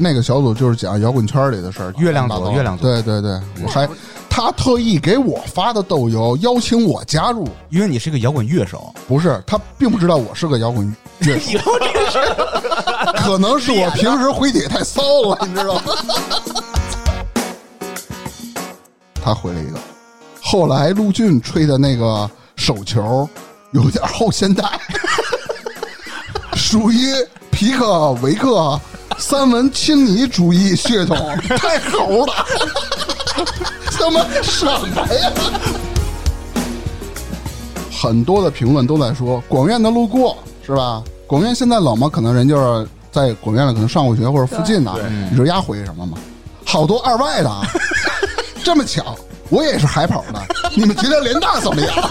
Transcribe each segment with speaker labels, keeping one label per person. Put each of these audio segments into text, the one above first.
Speaker 1: 那个小组就是讲摇滚圈里的事儿，
Speaker 2: 月亮组月亮组
Speaker 1: 对对对，我还他特意给我发的豆油，邀请我加入，
Speaker 2: 因为你是一个摇滚乐手，
Speaker 1: 不是他并不知道我是个摇滚乐手，可能是我平时回帖太骚了， 你知道吗？他回了一个，后来陆俊吹的那个手球有点后现代， 属于皮克维克三文青尼主义血统，太猴了， 他妈什么呀？很多的评论都在说广院的路过是吧？广院现在冷吗？可能人就是在广院里可能上过学或者附近的、啊你知道丫回什么吗？好多二外的啊。这么巧，我也是海跑的，你们觉得联大怎么样？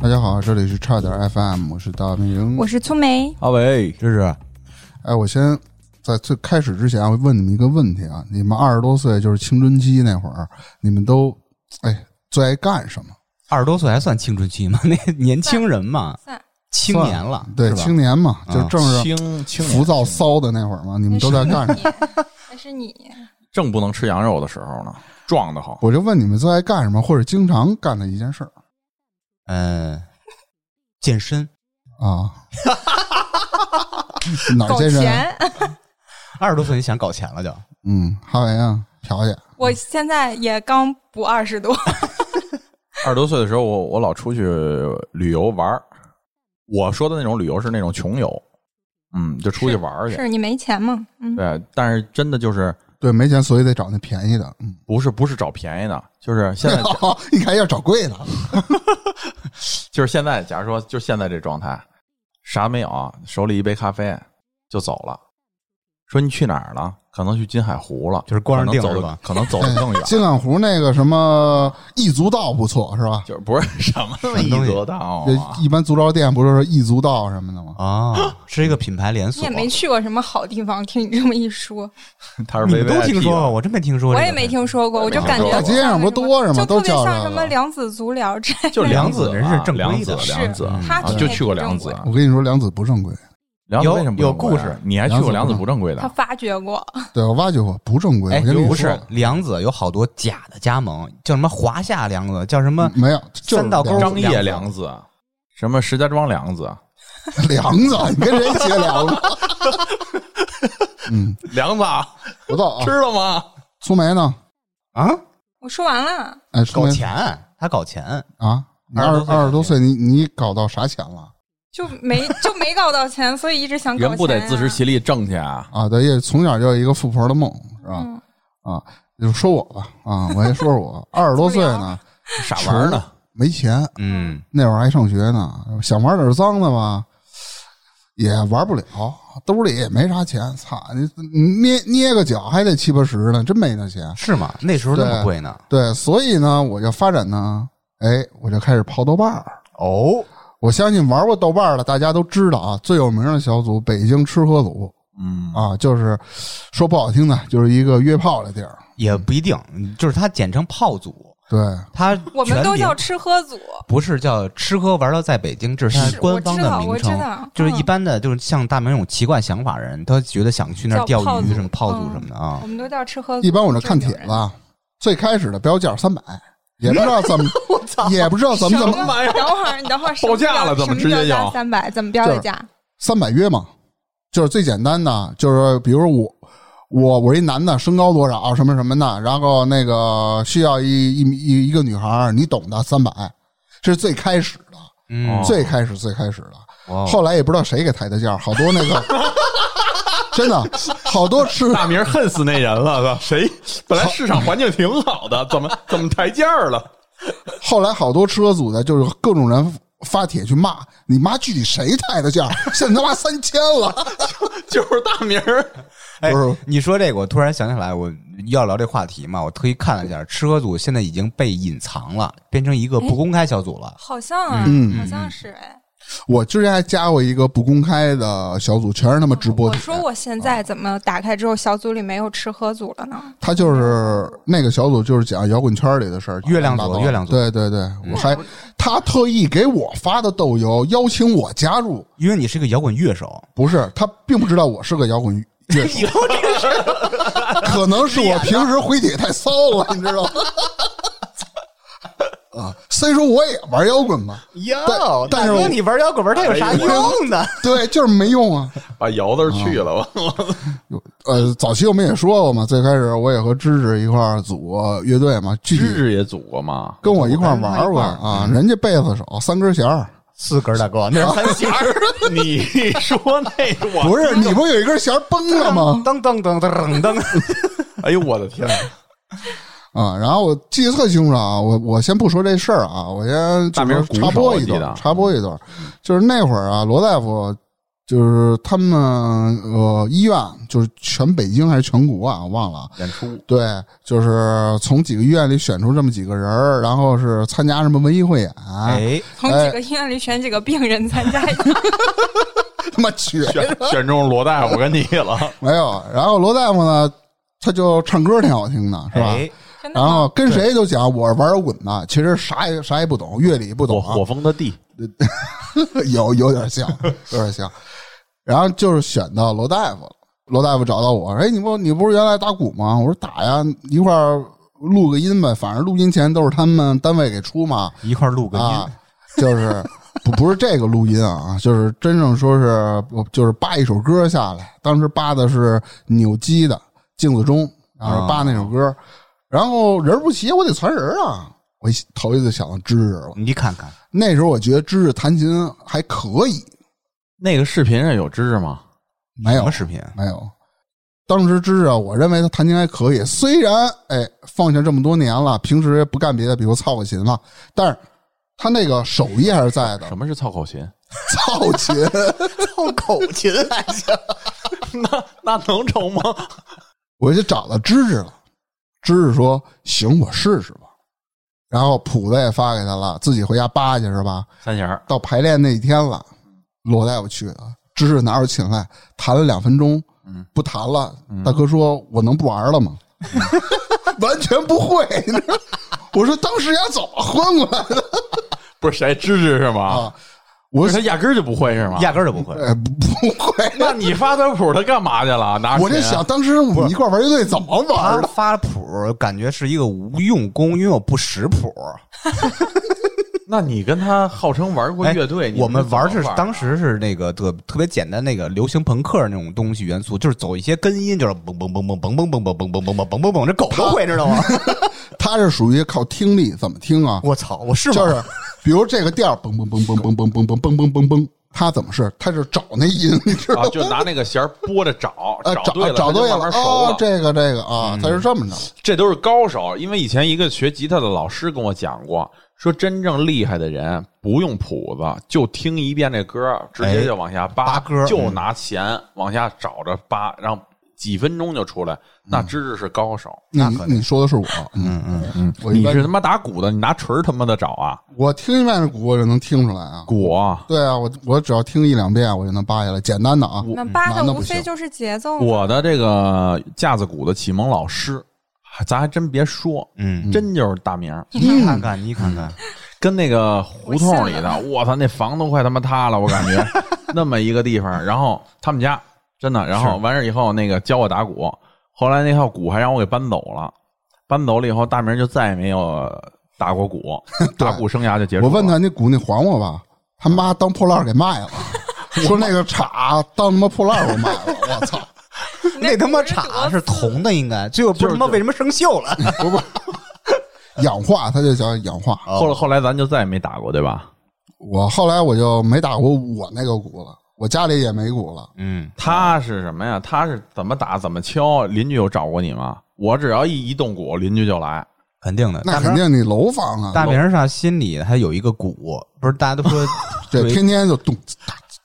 Speaker 1: 大家好，这里是差点 FM，我是大明
Speaker 3: 我。是粗梅，
Speaker 4: 阿伟，
Speaker 2: 这是
Speaker 1: 哎，我先在最开始之前，我问你们一个问题啊，你们二十多岁就是青春期那会儿，你们都哎最爱干什么？
Speaker 2: 二十多岁还算青春期吗？ 那年轻人嘛，
Speaker 3: 算
Speaker 2: 青年了，
Speaker 1: 对，
Speaker 2: 是吧
Speaker 1: 青年嘛，就
Speaker 2: 啊
Speaker 1: 正是
Speaker 4: 青青年
Speaker 1: 浮躁骚的那会儿嘛，你们都在干什么？
Speaker 3: 么？那是你，
Speaker 4: 正不能吃羊肉的时候呢，壮的好。
Speaker 1: 我就问你们最爱干什么，或者经常干的一件事儿
Speaker 2: 嗯，健身。
Speaker 1: 啊？哪儿
Speaker 3: 搞
Speaker 1: 健身啊？
Speaker 3: 钱。
Speaker 2: 二十多岁你想搞钱了就，
Speaker 1: 嗯，哈维啊，朴姐，
Speaker 3: 我现在也刚不二十多，
Speaker 4: 二十多岁的时候，我我老出去旅游玩儿。我说的那种旅游是那种穷游，嗯，就出去玩儿去。
Speaker 3: 是你没钱吗？嗯，
Speaker 4: 对，但是真的就是
Speaker 1: 对，没钱，所以得找那便宜的。嗯，
Speaker 4: 不是不是找便宜的，就 是 现在
Speaker 3: 哦
Speaker 1: 一看要找贵的，。
Speaker 4: 就是现在，假如说就现在这状态，啥没有，啊手里一杯咖啡就走了。说你去哪儿了？可能去金海湖了，
Speaker 2: 就是光着
Speaker 4: 可能
Speaker 2: 腚
Speaker 4: 走
Speaker 2: 是
Speaker 4: 的
Speaker 2: 吧，
Speaker 4: 可能走的更 远
Speaker 1: 金港湖那个什么易足道不错，是吧？
Speaker 4: 就是不是什么那么一
Speaker 2: 东西
Speaker 4: 得到
Speaker 1: 就
Speaker 2: 哦
Speaker 4: 啊？
Speaker 1: 一般足疗店不是说易足道什么的吗？
Speaker 2: 啊，是一个品牌连
Speaker 3: 你
Speaker 2: 锁
Speaker 3: 也，没去过什么好地方，听你这么一说，
Speaker 4: 他是
Speaker 2: 呃你
Speaker 4: v
Speaker 2: 们
Speaker 4: v
Speaker 2: 都听说过，我真没听说过，
Speaker 3: 我也没听说过，我就感觉
Speaker 4: 大
Speaker 1: 街上不多是吗
Speaker 3: 就特别
Speaker 1: 都叫
Speaker 3: 像
Speaker 1: 这
Speaker 3: 什
Speaker 1: 个
Speaker 3: 么良子足疗之类的。
Speaker 4: 就是
Speaker 2: 梁
Speaker 4: 梁
Speaker 2: 子
Speaker 4: 子，啊
Speaker 2: 人是正规
Speaker 4: 梁
Speaker 2: 的
Speaker 4: 子，
Speaker 2: 是
Speaker 4: 梁子，
Speaker 3: 他
Speaker 4: 啊
Speaker 3: 体
Speaker 4: 就
Speaker 3: 内
Speaker 4: 去过
Speaker 3: 不正
Speaker 4: 梁子
Speaker 3: 规，
Speaker 1: 我跟你说，良子不正规。
Speaker 4: 梁子为什么不
Speaker 2: 有
Speaker 4: 正规啊
Speaker 2: 有故事
Speaker 4: 你还去过梁子不正
Speaker 1: 啊
Speaker 4: 规
Speaker 3: 他
Speaker 4: 的？
Speaker 3: 发掘过，
Speaker 1: 对，我挖掘过，不正规。
Speaker 2: 哎，
Speaker 1: 我跟你
Speaker 2: 不
Speaker 1: 说
Speaker 2: 是，梁子有好多假的加盟，叫什么华夏梁子，叫什么
Speaker 1: 没有，就是
Speaker 2: 三道沟
Speaker 1: 梁
Speaker 4: 张掖
Speaker 2: 梁
Speaker 4: 梁子，啊什么石家庄梁子，啊
Speaker 1: 梁子，你跟谁结梁子？ 嗯，
Speaker 4: 梁子啊
Speaker 1: 不到啊。
Speaker 4: 知道吗？
Speaker 1: 苏梅呢？
Speaker 2: 啊，
Speaker 3: 我说完了，
Speaker 1: 哎，苏
Speaker 2: 搞
Speaker 1: 梅
Speaker 2: 钱，他搞钱，
Speaker 1: 啊，你二
Speaker 2: 二十多岁
Speaker 1: 二十多岁，你你搞到啥钱了？
Speaker 3: 就 没就没搞到钱，所以一直想搞钱、啊。
Speaker 4: 人不得自食其力挣去啊？
Speaker 1: 啊，对，也从小就有一个富婆的梦，是吧？啊，就说我吧，啊，我先说说我，二十多岁呢，
Speaker 4: 傻玩儿呢？
Speaker 1: 没钱，
Speaker 2: 嗯，
Speaker 1: 那会儿还上学呢，想玩点脏的吧，也玩不了，兜里也没啥钱，操，你你捏捏个脚还得七八十呢，真没那钱。
Speaker 2: 是吗？那时候那么
Speaker 1: 对
Speaker 2: 贵呢？
Speaker 1: 对，所以呢，我就发展呢，哎，我就开始泡豆瓣儿。
Speaker 2: 哦，
Speaker 1: 我相信玩过豆瓣儿的大家都知道啊，最有名的小组北京吃喝组
Speaker 4: 嗯，
Speaker 1: 啊，就是说不好听的，就是一个约炮的地儿。
Speaker 2: 也不一定，就是他简称炮组，
Speaker 1: 对，
Speaker 2: 他
Speaker 3: 我们都
Speaker 2: 全名
Speaker 3: 叫吃喝组，
Speaker 2: 不是叫吃喝玩乐在北京，这是它
Speaker 3: 是
Speaker 2: 呃官方的名
Speaker 3: 我知道我知嗯
Speaker 2: 称
Speaker 3: 道。
Speaker 2: 就是一般的，就是像大明这种奇怪想法人，他觉得想去那儿钓
Speaker 3: 叫炮
Speaker 2: 鱼
Speaker 3: 组
Speaker 2: 什么炮组
Speaker 3: 嗯
Speaker 2: 什么的啊
Speaker 3: 我。们都叫吃喝组。
Speaker 1: 一般我这看帖
Speaker 3: 就
Speaker 1: 子
Speaker 3: 有人，
Speaker 1: 啊，最开始的标价三百，也不知道 怎么，也不知 道怎么怎
Speaker 3: 什
Speaker 1: 么
Speaker 3: 么等会儿，你等会儿什么
Speaker 4: 报价了
Speaker 3: 叫
Speaker 4: 怎么
Speaker 3: 什
Speaker 4: 直接
Speaker 3: 叫
Speaker 4: 要
Speaker 3: 三百？怎么标
Speaker 1: 就
Speaker 3: 的
Speaker 1: 是
Speaker 3: 价？
Speaker 1: 三百约嘛，就是最简单的，就是比如说我。我我一男的，身高多少，什么什么的，然后那个需要一一米一一个女孩儿，你懂的，三百，这是最开始的，
Speaker 2: 嗯，
Speaker 1: 最开始最开始的，
Speaker 2: 哇
Speaker 1: 后来也不知道谁给抬的价，好多那个，真的好多吃
Speaker 4: 大明恨死那人了，谁？本来市场环境挺好的，怎么怎么抬价儿了？
Speaker 1: 后来好多车组的，就是各种人发帖去骂你妈，具体谁抬的价？ 现在他妈三千了，
Speaker 4: 就是大名儿。
Speaker 2: 哎
Speaker 1: 不是，
Speaker 2: 你说这个，我突然想起来，我要聊这话题嘛，我特意看了一下，吃喝组现在已经被隐藏了，变成一
Speaker 3: 哎
Speaker 2: 个不公开小组了。
Speaker 3: 好像啊，
Speaker 1: 嗯
Speaker 3: 好像是哎。
Speaker 1: 我之前还加过一个不公开的小组，全是他妈直播
Speaker 3: 我
Speaker 1: 帖。
Speaker 3: 说我现在怎么打开之后，小组里没有吃喝组了呢？
Speaker 1: 他就是那个小组，就是讲摇滚圈里的事儿，
Speaker 2: 月亮组
Speaker 1: 乱七八糟
Speaker 2: 月亮组
Speaker 1: 对对对，我还他特意给我发的豆油，邀请我加入，
Speaker 2: 因为你是个摇滚 乐手，
Speaker 1: 不是他并不知道我是个摇滚乐 手，可能是我平时回帖太骚了，你知道吗？ 啊，虽说我也玩摇滚吧，
Speaker 2: 哟
Speaker 1: 但是我
Speaker 2: 玩摇滚玩它有啥用 呢？
Speaker 1: 对，就是没用啊。
Speaker 4: 把姚字去了吧，
Speaker 1: 呃，早期我们也说过嘛，最开始我也和芝芝一块儿组乐队嘛，具
Speaker 4: 芝
Speaker 1: 体
Speaker 4: 芝也组过嘛，
Speaker 1: 跟 我一块儿玩
Speaker 2: 跟他一
Speaker 1: 儿过
Speaker 2: 块儿
Speaker 1: 啊。人家贝斯手三根弦儿，
Speaker 2: 四根儿大哥，那是三弦儿，
Speaker 5: 你说那个我
Speaker 1: 不是你不有一根弦儿崩了吗？
Speaker 2: 噔噔噔噔噔。
Speaker 4: 哎呦我的天哪！
Speaker 1: 啊，然后我记得特清楚啊，我我先不说这事儿啊，我先
Speaker 4: 大明
Speaker 1: 就
Speaker 4: 儿
Speaker 1: 是
Speaker 4: 鼓手
Speaker 1: 插播
Speaker 4: 我
Speaker 1: 一
Speaker 4: 记得
Speaker 1: 段，插播一段，就是那会儿啊，罗大夫就是他们呃医院，就是全北京还是全国啊，我忘了啊，
Speaker 4: 演出
Speaker 1: 对，就是从几个医院里选出这么几个人儿，然后是参加什么文艺汇演，
Speaker 2: 哎，
Speaker 3: 从几个医院里选几个病人参加一下，
Speaker 1: 他妈去
Speaker 4: 选选中罗大夫跟你了，
Speaker 1: 没有，然后罗大夫呢，他就唱歌挺好听的，是吧？
Speaker 2: 哎，
Speaker 3: 真的
Speaker 1: 然
Speaker 3: 吗？
Speaker 1: 后跟谁就讲我是玩摇滚的，其实啥也啥也不懂，乐理也不懂、啊，
Speaker 4: 风的地，
Speaker 1: 有有点像，有点像。然后就是选到罗大夫了，罗大夫找到我，哎，你不你不是原来打鼓吗？我说打呀，一块儿录个音呗，反正录音钱都是他们单位给出嘛，
Speaker 2: 一块儿录个
Speaker 1: 啊
Speaker 2: 音，，
Speaker 1: 就是不不是这个录音啊，就是真正说是就是扒一首歌下来，当时扒的是扭机的《镜子钟》，然
Speaker 5: 啊
Speaker 1: 后扒那首歌，然后人不齐，我得传人啊。我一头一次想到芝芝了，
Speaker 2: 你看看，
Speaker 1: 那时候我觉得芝芝弹琴还可以，
Speaker 4: 那个视频上有芝芝吗？
Speaker 1: 没
Speaker 2: 什
Speaker 1: 有
Speaker 2: 么视频？啊
Speaker 1: 没有。当时芝芝啊，我认为她弹琴还可以，虽然哎放下这么多年了，平时也不干别的，比如操个琴了，但是她那个手艺还是在的
Speaker 4: 什，么是操口琴？
Speaker 1: 操琴。
Speaker 5: 操口琴还行，
Speaker 4: 那那能成吗？
Speaker 1: 我就找到芝芝了，芝芝说：“行，我试试吧。”然后谱子也发给他了，自己回家扒去是吧？
Speaker 4: 三弦儿
Speaker 1: 到排练那一天了，罗大夫去的，芝芝拿着琴来弹了两分钟，不弹了。大哥说：“我能不玩了吗？” 完全不会。 你知道我说当时丫怎么混过来的
Speaker 4: 不是谁芝芝是吗？
Speaker 1: 啊？我
Speaker 4: 不是他压根儿就不会是吗？
Speaker 2: 压根儿就不会。
Speaker 1: 呃不 不会，
Speaker 4: 那你发他谱，他啊干嘛去了？拿
Speaker 1: 我就想当时我们一块玩乐队怎么 玩
Speaker 2: 玩
Speaker 4: 啊
Speaker 1: 的？
Speaker 2: 发谱感觉是一个无用功，因为我不识谱。
Speaker 4: 那你跟他号称玩过
Speaker 2: 哎
Speaker 4: 乐队，你
Speaker 2: 我们玩是
Speaker 4: 怎么
Speaker 2: 当时是那个特特别简单那个流行朋克那种东西元素，就是走一些根音，就是嘣嘣嘣嘣嘣嘣嘣嘣嘣嘣嘣嘣嘣嘣，这狗都会知道吗？
Speaker 1: 他是属于靠听力，怎么听啊？
Speaker 2: 我操，我是吗？
Speaker 1: 就是比如这个调儿嘣嘣嘣嘣嘣嘣嘣嘣嘣嘣嘣嘣，他怎么是？他是找那音， 你知道
Speaker 4: 啊，
Speaker 1: 吗？
Speaker 4: 就拿那个弦儿拨着找，
Speaker 1: 啊，找
Speaker 4: 对了，
Speaker 1: 找
Speaker 4: 他就
Speaker 1: 对
Speaker 4: 慢慢熟
Speaker 1: 哦
Speaker 4: 了，。嗯
Speaker 1: 这个这个啊，他是这么着。
Speaker 4: 这都是高手，因为以前一个学吉他的老师跟我讲过，说真正厉害的人不用谱子，就听一遍这歌，直接就往下扒、
Speaker 2: 扒歌
Speaker 4: 就拿弦往下找着扒，让几分钟就出来。那芝芝是高手，
Speaker 1: 那你你说的是我，嗯嗯嗯，我一
Speaker 4: 你
Speaker 1: 般
Speaker 4: 是他妈打鼓的，你拿锤儿他妈的找啊，
Speaker 1: 我听一遍这鼓，我就能听出来啊。
Speaker 4: 鼓啊！
Speaker 1: 对啊，我我只要听一两遍，我就能扒下来，简单的啊。
Speaker 3: 那八
Speaker 1: 男的
Speaker 3: 个
Speaker 1: 不
Speaker 3: 无非
Speaker 1: 行
Speaker 3: 就是节奏嘛。
Speaker 4: 啊我的这个架子鼓的启蒙老师，咱还真别说，
Speaker 2: 嗯，
Speaker 4: 真就是大名
Speaker 1: 嗯
Speaker 4: 儿，
Speaker 2: 你看看，你看看，
Speaker 4: 跟那个胡同里的，我操，那房都快他妈塌了，我感觉那么一个地方。然后他们家真的，然后完事以后，那个教我打鼓，后来那套鼓还让我给搬走了，搬走了以后，大明就再也没有打 过鼓，打鼓生涯就结束
Speaker 1: 我
Speaker 4: 了。
Speaker 1: 问他，你鼓你还我吧，他妈
Speaker 4: 啊
Speaker 1: 当破烂儿给卖 了，说那个镲当他妈破烂儿我卖了，我操！
Speaker 2: 那他妈镲是铜的，应该最后不知道为什么生锈了。
Speaker 1: 氧化，他就叫氧化。
Speaker 4: 后来后来咱就再也没打过，对吧？
Speaker 1: 我后来我就没打过我那个鼓了，我家里也没鼓了。
Speaker 2: 嗯，
Speaker 4: 他是什么呀？他是怎么打怎么敲？邻居有找过你吗？我只要一一动鼓，邻居就来。
Speaker 2: 肯定的。
Speaker 1: 那
Speaker 2: 大
Speaker 1: 肯
Speaker 2: 明
Speaker 1: 定你楼房啊，
Speaker 2: 大明上心里他有一个鼓，不是大家都说
Speaker 1: 对，天天就动，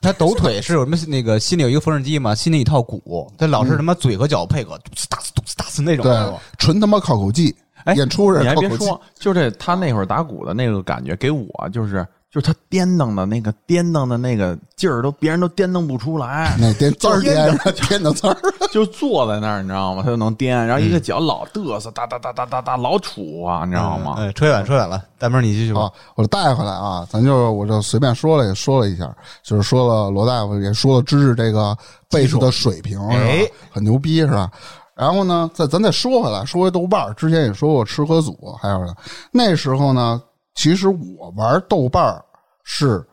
Speaker 2: 他抖腿是有什么那个心里有一个缝纫机嘛，心里一套鼓，他
Speaker 4: 嗯
Speaker 2: 老是什么嘴和脚配合，嘟呲哒呲嘟呲哒呲那种。
Speaker 1: 对，纯他妈靠口技
Speaker 4: 哎，
Speaker 1: 演出是
Speaker 4: 你还
Speaker 1: 靠
Speaker 4: 别
Speaker 1: 口技，，
Speaker 4: 说，就这他那会儿打鼓的那个感觉，给我就是就是他颠蹬的那个颠蹬的那个劲儿，都别人都颠蹬不出来
Speaker 1: 那颠滋儿
Speaker 4: 颠
Speaker 1: 颠着颠的滋儿，
Speaker 4: 就坐在那儿，你知道吗？他就能颠，然后一个脚老嘚瑟，哒哒哒哒哒哒，老杵啊，你知道吗？哦
Speaker 2: 哎，扯远扯远了，大明你继续吧
Speaker 1: 啊。，我带回来啊，咱就是我就随便说了也说了一下，就是说了罗大夫也说了芝芝这个贝斯的水平，是吧
Speaker 2: 哎
Speaker 1: 很牛逼是吧？然后呢，再咱再说回来，说回豆瓣儿，之前也说过吃喝组，还有呢，那时候呢，其实我玩豆瓣儿是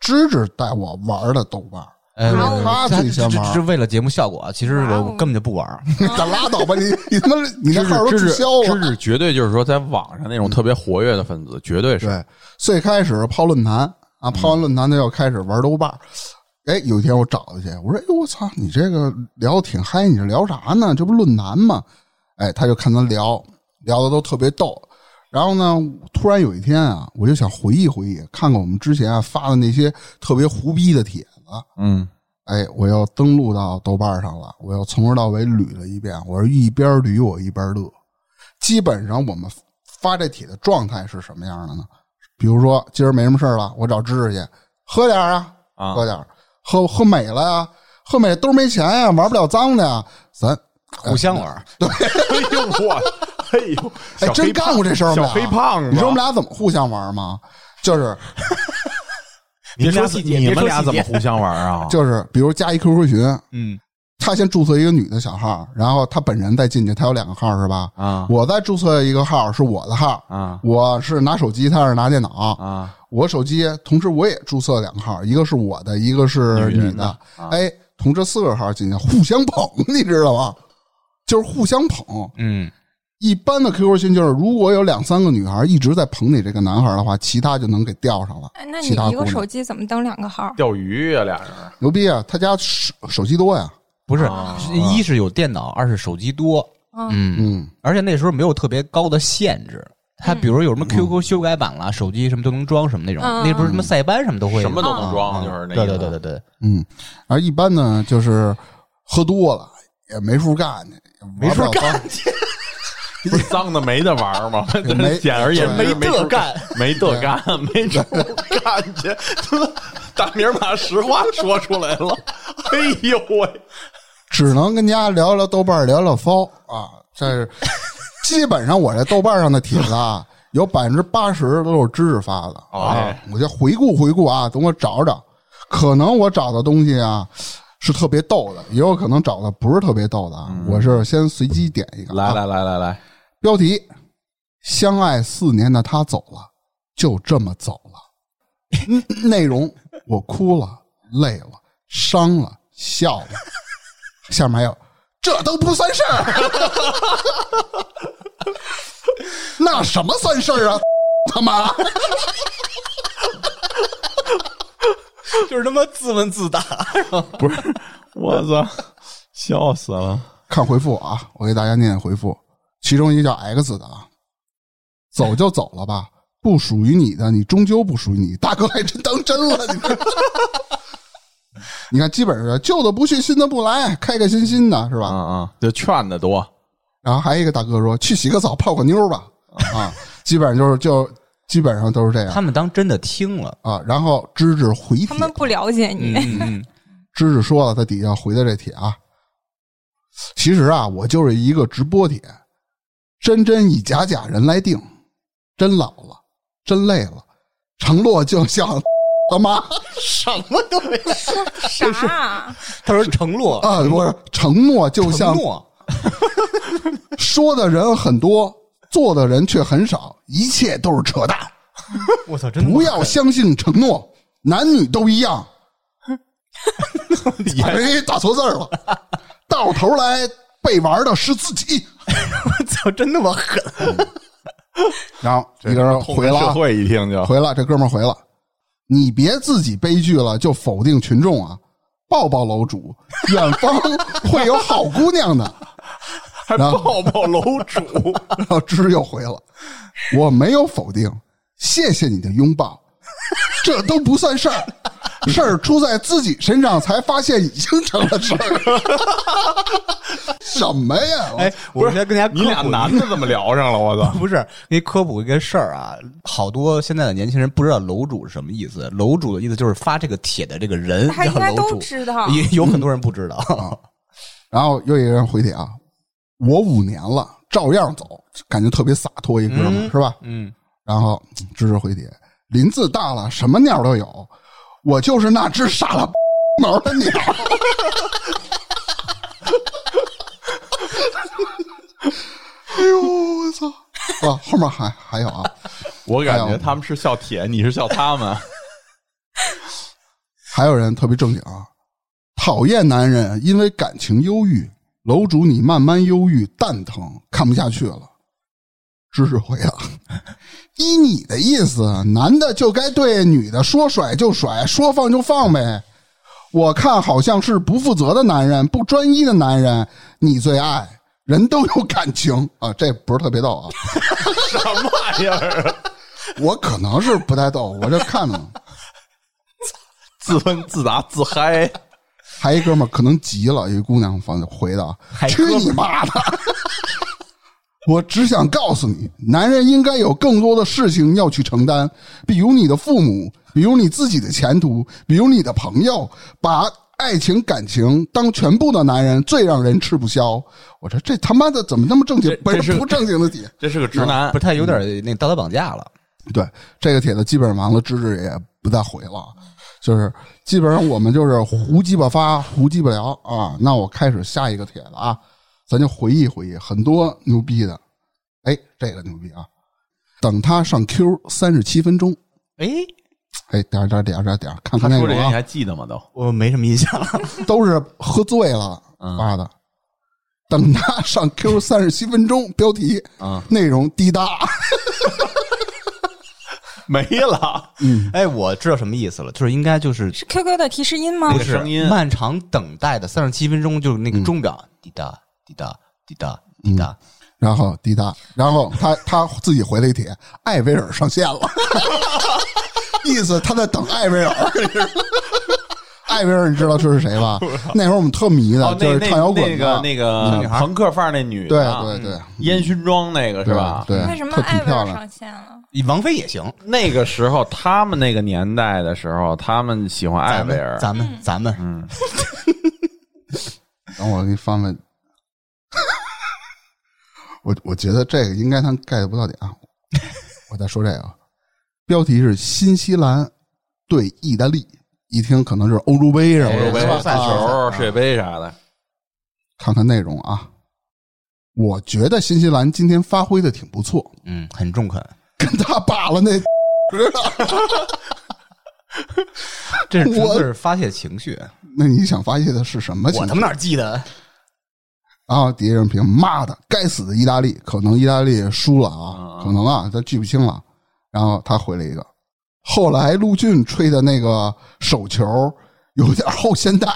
Speaker 1: 芝芝带我玩的豆瓣儿，
Speaker 2: 哎，
Speaker 3: 然
Speaker 2: 我
Speaker 3: 后
Speaker 1: 他自己先玩
Speaker 2: 这是为了节目效果，啊其实我
Speaker 3: 哦
Speaker 2: 根本就不玩。
Speaker 4: 嗯
Speaker 1: 咱拉倒吧，你你他妈你那
Speaker 4: 知识
Speaker 1: 号都
Speaker 4: 知
Speaker 1: 注
Speaker 4: 识
Speaker 1: 销了，
Speaker 4: 知识绝对就是说，在网上那种特别活跃的分子，绝对是。
Speaker 1: 对，最开始抛论坛啊，抛完论坛他要开始玩豆瓣儿。哎，有一天我找他去，我说：“哎呦，我操，你这个聊的挺嗨，你这聊啥呢？这不论坛吗？”哎，他就看他聊，聊的都特别逗。然后呢，突然有一天啊，我就想回忆回忆，看看我们之前啊发的那些特别胡逼的帖子。
Speaker 4: 嗯，
Speaker 1: 哎，我又登录到豆瓣上了，我又从头到尾捋了一遍，我是一边捋我一边乐。基本上我们发这帖的状态是什么样的呢？比如说今儿没什么事儿了，我找芝芝去喝点儿啊，
Speaker 4: 啊
Speaker 1: 喝点儿，喝喝美了呀、喝美兜儿没钱呀、玩不了脏的呀、咱
Speaker 2: 互相玩，
Speaker 4: 哎呦我，哎呦，
Speaker 1: 哎
Speaker 4: 小
Speaker 1: 真
Speaker 4: 黑胖
Speaker 1: 干过这事儿吗？
Speaker 4: 小黑胖子，啊
Speaker 1: 你说我们俩怎么互相玩吗？就是
Speaker 2: 你们俩
Speaker 4: 别说细节
Speaker 2: 你
Speaker 4: 别
Speaker 2: 们
Speaker 4: 说
Speaker 2: 俩
Speaker 4: 细
Speaker 2: 怎么
Speaker 4: 节？互相玩啊？
Speaker 1: 就是，比如加一 QQ 群，
Speaker 2: 嗯，
Speaker 1: 他先注册一个女的小号，然后他本人再进去，他有两个号是吧？
Speaker 4: 啊
Speaker 1: 我再注册一个号是我的号，
Speaker 4: 啊
Speaker 1: 我是拿手机，他是拿电脑。
Speaker 4: 啊！
Speaker 1: 我手机同时我也注册两个号，一个是我的，一个是
Speaker 4: 女人
Speaker 1: 你
Speaker 4: 的啊
Speaker 1: 的。哎，同时四个号进去，互相捧， 你知道吗？就是互相捧。
Speaker 2: 嗯，
Speaker 1: 一般的 QQ 群就是，如果有两三个女孩一直在捧你这个男孩的话，其他就能给钓上了。
Speaker 3: 哎那你
Speaker 1: 其他
Speaker 3: 一
Speaker 1: 姑
Speaker 3: 个
Speaker 1: 娘
Speaker 3: 手机怎么登两个号？
Speaker 4: 钓鱼啊，俩人
Speaker 1: 牛逼啊！他家手手机多呀，
Speaker 2: 不是，
Speaker 4: 哦
Speaker 2: 一是有电脑，二是手机多，嗯，
Speaker 1: 嗯，
Speaker 2: 而且那时候没有特别高的限制。它比如有什
Speaker 4: 嗯
Speaker 2: 么 QQ 修改版了，手机什么都能装什么那种，
Speaker 3: 嗯
Speaker 2: 那不是什么塞班什么都会，
Speaker 4: 什么都能装
Speaker 2: 嗯
Speaker 4: 就是那
Speaker 2: 对对
Speaker 4: 个
Speaker 2: 对对对，
Speaker 1: 嗯，而一般呢，就是喝多了也没处干去，没
Speaker 2: 处
Speaker 1: 干
Speaker 4: 不是脏的没得玩 吗？
Speaker 1: 没
Speaker 4: 简而言之，
Speaker 2: 对没得干，
Speaker 4: 没得干，没 得干去。大明儿把实话说出来 了，哎呦喂！
Speaker 1: 只能跟家聊聊豆瓣儿，聊聊骚啊。这是基本上我这豆瓣上的帖子啊，有百分之八十都是知识发的啊
Speaker 4: 哎。
Speaker 1: 我先回顾回顾啊，等我找找，可能我找的东西啊是特别逗的，也有可能找的不是特别逗的啊。我是先随机点一个、啊，
Speaker 4: 来来来来来，
Speaker 1: 标题：相爱四年的他走了，就这么走了。嗯内容：我哭了，累了，伤了，笑了。下面还有，这都不算事儿。 那什么算事儿啊？ 他妈！
Speaker 2: 就是他妈自问自答。
Speaker 4: 不是，我操，笑死了！
Speaker 1: 看回复啊，我给大家念念回复，其中一个叫 X 的啊，走就走了吧，不属于你的，你终究不属于你。大哥还真当真了，你看， 你看，基本上旧的不去，新的不来，开开心心的是吧？
Speaker 4: 啊啊，就劝的多，
Speaker 1: 然后还有一个大哥说，去洗个澡，泡个妞吧，啊，基本上就是就基本上都是这样
Speaker 2: 他们当真的听了，
Speaker 1: 啊。然后芝芝回帖
Speaker 3: 他，们不了解你，
Speaker 2: 嗯嗯，
Speaker 1: 芝芝说了，在底下回的这帖啊，其实啊，我就是一个直播帖，真真以假假人来定，真老了，真累了，承诺就像他妈
Speaker 3: 啥啊？
Speaker 2: 他说承诺，
Speaker 1: 啊，不是承诺就
Speaker 2: 承
Speaker 1: 像
Speaker 2: 诺，
Speaker 1: 说的人很多，做的人却很少，一切都是扯淡，
Speaker 2: 我操，真的
Speaker 1: 不要相信承诺，男女都一 样。哎，打错字儿了，到头来被玩的是自己。
Speaker 2: 操，真那么狠？
Speaker 1: 然后一个人回了
Speaker 4: 社
Speaker 1: 啊。
Speaker 4: 会一听就
Speaker 1: 回了，这哥们儿回了，你别自己悲剧了就否定群众啊！抱抱楼主，远方会有好姑娘的。
Speaker 4: 还
Speaker 1: 然后
Speaker 4: 抱抱楼主，
Speaker 1: 然后芝又回了，我没有否定，谢谢你的拥抱，这都不算事儿，事儿出在自己身上才发现已经成了事儿， 什么呀？
Speaker 2: 哎，我先跟大家科普
Speaker 4: 你俩男的怎么聊上了？我操！
Speaker 2: 不是，给你科普一个事儿啊，好多现在的年轻人不知道楼主是什么意思。楼主的意思就是发这个帖的这个人
Speaker 3: 他应
Speaker 2: 叫
Speaker 3: 该
Speaker 2: 楼
Speaker 3: 都
Speaker 2: 主，
Speaker 3: 知道。
Speaker 2: 也 有很多人不知道。
Speaker 1: 然后又一个人回帖啊，我五年了，照样走，感觉特别洒脱一哥们儿、
Speaker 2: 嗯
Speaker 1: 是吧？
Speaker 2: 嗯，
Speaker 1: 然后嗯支持回帖，林子大了，什么鸟都有，我就是那只傻了 毛的鸟。哎呦，我操！啊，后面还还有啊，
Speaker 4: 我感
Speaker 1: 还
Speaker 4: 觉
Speaker 1: 有
Speaker 4: 他们是笑铁，你是笑他 们。
Speaker 1: 还有人特别正经啊，讨厌男人因为感情忧郁，楼主你慢慢忧郁，蛋疼，看不下去了。知识回啊， 依你的意思，男的就该对女的说甩就甩，说放就放呗。我看好像是不负责的男人，不专一的男人，你最爱。人都有感情啊，这不是特别逗啊。
Speaker 4: 什么玩意儿？啊
Speaker 1: 我可能是不太逗，我这看着呢。
Speaker 4: 自问自答自嗨，
Speaker 1: 还一哥们儿可能急了，有一姑娘反回的啊，去你妈的！ 我只想告诉你，男人应该有更多的事情要去承担，比如你的父母，比如你自己的前途，比如你的朋友。把爱情感情当全部的男人，最让人吃不消。我说这他妈的怎么那么正经
Speaker 4: 这？
Speaker 1: 不
Speaker 4: 这是
Speaker 1: 不正经的帖。
Speaker 4: 这是个直男
Speaker 2: 不。是他有点那道德绑架了。
Speaker 1: 对这个帖子基本上完了，芝芝也不再回了，就是基本上我们就是胡鸡巴发，胡鸡巴聊啊。那我开始下一个帖子啊，咱就回忆回忆很多牛逼的，哎，这个牛逼啊！等他上 Q 三十七分钟，
Speaker 2: 哎，
Speaker 1: 哎，点儿点儿点儿点儿点儿，看
Speaker 4: 他
Speaker 1: 看那
Speaker 4: 说这
Speaker 1: 个
Speaker 4: 些你
Speaker 1: 啊，
Speaker 4: 还记得吗？都
Speaker 2: 我没什么印 象。
Speaker 1: 都是喝醉了
Speaker 2: 嗯
Speaker 1: 发的。等他上 Q 三十七分钟，标题
Speaker 2: 啊
Speaker 1: 内容滴答，
Speaker 4: 没了。
Speaker 1: 嗯，
Speaker 2: 哎，我知道什么意思了，就是应该就是
Speaker 3: 是 QQ 的提示音吗
Speaker 4: 不？是声音
Speaker 2: 漫长等待的三十七分钟，就是那个钟表滴答滴答滴答滴答。
Speaker 1: 然后滴答，然后他他自己回了一帖，艾薇儿上线了， 意思他在等艾薇儿。 艾薇儿，你知道这是谁 吧？那会儿我们特迷的，
Speaker 4: 哦，
Speaker 1: 啊就
Speaker 4: 那
Speaker 1: 是
Speaker 4: 那
Speaker 1: 唱摇滚的
Speaker 4: 那个那个朋克范儿那女
Speaker 1: 对
Speaker 4: 的啊，
Speaker 1: 对对
Speaker 4: 烟熏妆那个是吧？
Speaker 1: 对，
Speaker 3: 为什么
Speaker 1: 特
Speaker 3: 艾
Speaker 1: 挺
Speaker 3: 薇
Speaker 1: 漂
Speaker 3: 儿
Speaker 1: 亮。
Speaker 3: 上线了？
Speaker 2: 王菲也行，
Speaker 4: 那个时候，他们那个年代的时候，他们喜欢艾
Speaker 2: 咱
Speaker 4: 薇
Speaker 2: 们
Speaker 4: 儿。
Speaker 2: 咱们咱们
Speaker 4: 嗯，
Speaker 1: 等我给你翻翻， 我我觉得这个应该他 get 不到点啊。我再说这个啊，标题是新西兰对意大利，一听可能是欧洲杯啊什么的，
Speaker 4: 哎欧洲杯
Speaker 1: 是吧
Speaker 4: 赛球、世界杯啥的，
Speaker 1: 看看内容啊。我觉得新西兰今天发挥的挺不错，
Speaker 2: 嗯很中肯，
Speaker 1: 跟他把了那知道？
Speaker 2: 这是纯
Speaker 1: 我
Speaker 2: 粹是发泄情绪。
Speaker 1: 那你想发泄的是什么情
Speaker 2: 我
Speaker 1: 绪？
Speaker 2: 他妈哪记得？
Speaker 1: 然后底下啊人评骂的，该死的意大利，可能意大利输了啊，可能啊，他记不清了。然后他回了一个，后来陆俊吹的那个手球有点后现代，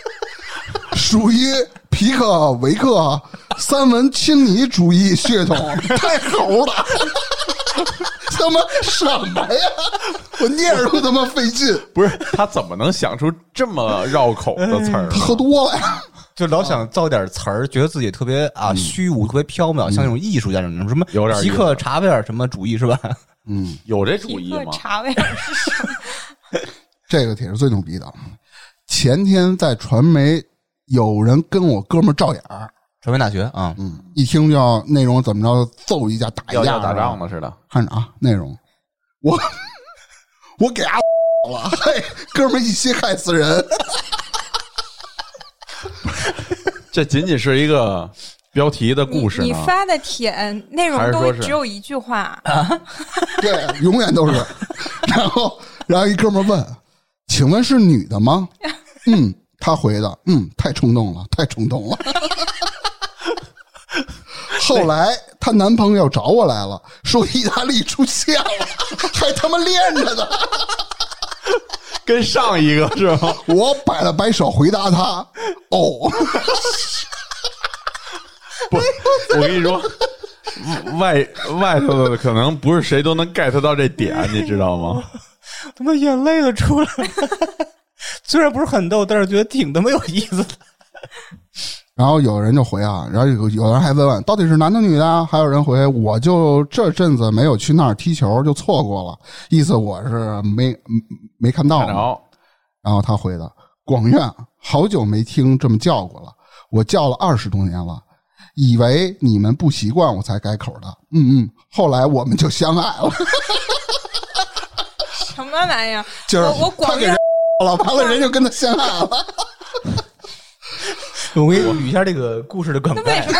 Speaker 1: 属于皮克维克三文青尼主义血统，太猴了。 他妈什么呀！我念着都他妈费劲，
Speaker 4: 不是他怎么能想出这么绕口的词儿呢？
Speaker 1: 他喝多了呀。
Speaker 2: 就老想造点词儿，觉得自己特别啊虚无、特别缥缈，像那种艺术家那种什么
Speaker 4: 有点意
Speaker 2: 极
Speaker 4: 思
Speaker 2: 克查贝尔什么主义是 吧？
Speaker 1: 嗯，
Speaker 4: 有这主
Speaker 3: 一
Speaker 4: 意
Speaker 3: 个
Speaker 4: 吗？
Speaker 3: 查韦尔是什么？
Speaker 1: 这个帖是最牛逼的。前天在传媒，有人跟我哥们儿照眼儿，
Speaker 2: 传媒大学啊，
Speaker 1: 嗯，一听就要内容怎么着，揍一架打
Speaker 4: 要
Speaker 1: 一架，
Speaker 4: 打仗呢似的。
Speaker 1: 看着啊，内容，我 我给啊 了，嘿，哥们儿一心害死人，
Speaker 4: 这仅仅是一个标题的故事
Speaker 3: 你
Speaker 4: 呢
Speaker 3: 你。发的帖内
Speaker 4: 还
Speaker 3: 容
Speaker 4: 是
Speaker 3: 都
Speaker 4: 说是
Speaker 3: 只有一句话，
Speaker 1: 对，永远都是。然后，然后一哥们儿问：“请问是女的吗？”嗯，他回的：“嗯，太冲动了，太冲动了。”后来她男朋友找我来了，说意大利出现了，还他妈练着呢。
Speaker 4: 跟上一个是吗？
Speaker 1: 我摆了摆手回答他：“哦。”
Speaker 4: 不，我跟你说，外外头的可能不是谁都能 get 到这点，你知道吗？
Speaker 6: 他妈眼泪都出来了。 虽然不是很逗，但是觉得挺他妈有意思的。
Speaker 1: 然后有人就回啊，然后有有人还问问到底是男的女的啊，还有人回我就这阵子没有去那儿踢球，就错过了，意思我是没没看到
Speaker 4: 看
Speaker 6: 哦
Speaker 1: 嘛。
Speaker 4: 着
Speaker 1: 然后他回的广院好久没听这么叫过了，我叫了二十多年了，以为你们不习惯我才改口的，嗯嗯，后来我们就相爱了，
Speaker 3: 什么玩意儿？
Speaker 1: 就是
Speaker 3: 我我
Speaker 1: 他
Speaker 3: 广
Speaker 1: 给
Speaker 3: 院
Speaker 1: 人 了，完了人就跟他相爱了，
Speaker 6: 我给你捋一下这个故事的梗
Speaker 3: 那为
Speaker 6: 概
Speaker 3: 什。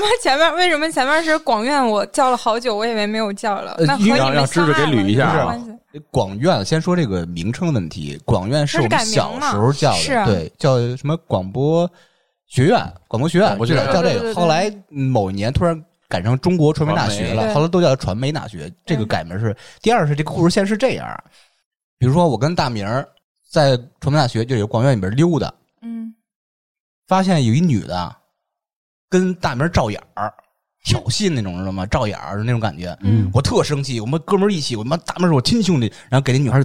Speaker 3: 么前面为什么前面为什么前面是广院？我叫了好久，我以为没有叫了。
Speaker 2: 呃
Speaker 3: 那和你
Speaker 2: 因
Speaker 4: 为
Speaker 3: 们
Speaker 4: 让让
Speaker 3: 相
Speaker 4: 芝芝
Speaker 3: 爱
Speaker 4: 给捋
Speaker 3: 了
Speaker 4: 一下
Speaker 3: 有什么
Speaker 4: 啊
Speaker 3: 关系
Speaker 2: 广院，先说这个名称问题。广院是我们小时候叫
Speaker 3: 它是改
Speaker 2: 的，
Speaker 3: 名嘛
Speaker 2: 对，叫什么广播学院、广播学院，
Speaker 4: 广播学院
Speaker 2: 叫这
Speaker 3: 对对
Speaker 2: 个。
Speaker 3: 对对
Speaker 2: 后来某一年突然改成中国传媒大学
Speaker 3: 传
Speaker 2: 了，
Speaker 3: 媒
Speaker 2: 后来都叫传媒大学。这个改名是第二是这个故事线是这样，啊比如说我跟大明儿在传媒大学就有广院里边溜达，
Speaker 3: 嗯，
Speaker 2: 发现有一女的跟大明照眼儿，挑衅那种，知道吗？照眼儿那种感觉。
Speaker 3: 嗯，
Speaker 2: 我特生气，我们哥们儿一起，我们大明是我亲兄弟，然后给那女孩儿，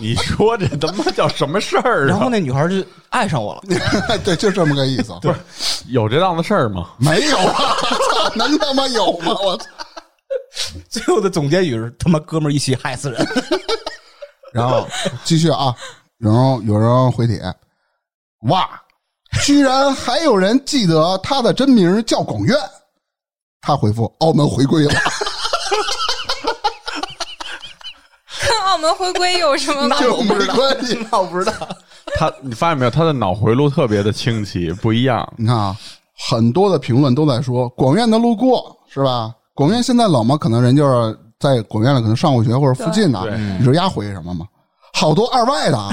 Speaker 4: 你说这他妈叫什么事儿啊？
Speaker 2: 然后那女孩儿就爱上我了。
Speaker 1: 对，就这么个意思。
Speaker 4: 不是有这档子事儿吗？
Speaker 1: 没有啊，操能他妈有吗？我操！
Speaker 2: 最后的总结语是：他妈哥们儿一起害死人。
Speaker 1: 然后继续啊，然后有人回帖，哇，居然还有人记得他的真名叫广院。他回复：澳门回归了。
Speaker 3: 跟 澳门回归有 什么关系？
Speaker 1: 就没关系，那我不知道。
Speaker 4: 他你发现没有？他的脑回路特别的清奇，不一样。
Speaker 1: 你看啊，很多的评论都在说广院的路过是吧？广院现在冷吗？可能人就是在广院里可能上过学或者附近的
Speaker 4: 对，
Speaker 1: 你知道丫回什么吗？好多二外的，啊，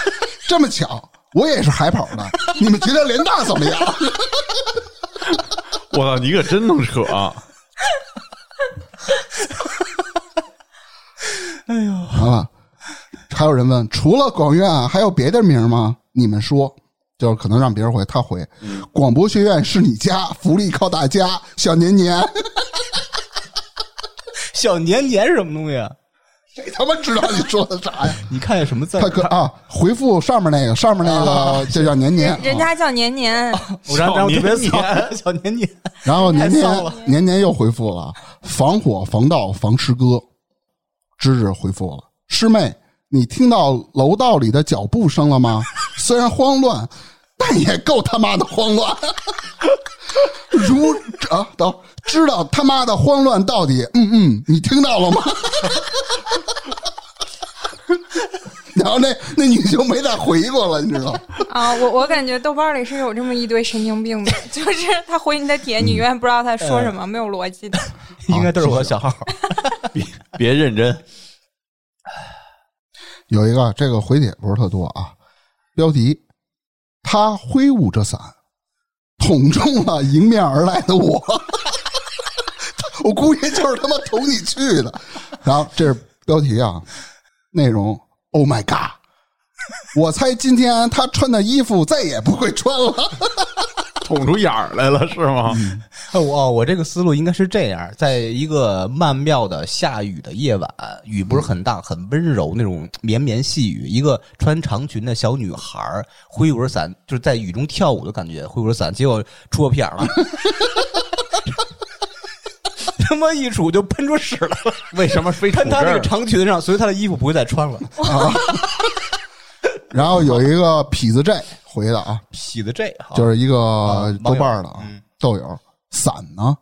Speaker 1: 这么巧，我也是海跑的，你们觉得联大怎么样？
Speaker 4: 我操，你可真能扯！
Speaker 1: 啊，还有人问，除了广院啊还有别的名吗？你们说，就是可能让别人回，他回，广播学院是你家，福利靠大家，小年年，
Speaker 6: 小年年是什么东西啊？
Speaker 1: 谁他妈知道你说的啥呀？
Speaker 6: 你看见什么字儿？
Speaker 1: 他可啊，回复上面那个，上面那个就叫年年，
Speaker 3: 人
Speaker 1: 啊
Speaker 3: 家叫年年，
Speaker 6: 我让让我特别
Speaker 4: 小
Speaker 6: 骚，小年年。
Speaker 1: 然后年
Speaker 6: 太骚
Speaker 1: 年
Speaker 6: 了
Speaker 1: 年年又回复了，防火防盗防师哥，芝芝回复了，师妹，你听到楼道里的脚步声了吗？虽然慌乱，但也够他妈的慌乱。 如啊，等知道他妈的慌乱到底，嗯嗯，你听到了吗？ 然后那那女就没再回过了，你知道吗？
Speaker 3: 啊，我我感觉豆瓣里是有这么一堆神经病的， 就是他回你的帖，
Speaker 4: 嗯
Speaker 3: 你永远不知道他说什么，没有逻辑的。
Speaker 6: 应该都是我小号。
Speaker 4: 别别认真，
Speaker 1: 有一个这个回帖不是特多啊，标题：他挥舞着伞，捅中了迎面而来的我。 我估计就是他妈捅你去的。然后这是标题啊，内容：Oh my god！我猜今天他穿的衣服再也不会穿了。
Speaker 4: 捅出眼儿来了是吗？
Speaker 6: 嗯
Speaker 2: 哦，我哦我这个思路应该是这样：在一个曼妙的下雨的夜晚，雨不是很大，很温柔那种绵绵细雨，一个穿长裙的小女孩儿挥舞着伞，就是在雨中跳舞的感觉，挥舞着伞，结果出个屁眼儿了，
Speaker 6: 他妈一杵就喷出屎来了，
Speaker 4: 为什么非
Speaker 6: 喷
Speaker 4: 捅这
Speaker 6: 他那个？
Speaker 4: 儿
Speaker 6: 长裙上，所以他的衣服不会再穿了。
Speaker 1: 然后有一个痞子 J 回的啊，
Speaker 6: 洗的这哈，
Speaker 1: 就是一
Speaker 2: 啊
Speaker 1: 个豆
Speaker 2: 网友嗯
Speaker 1: 瓣儿的啊，豆友伞呢？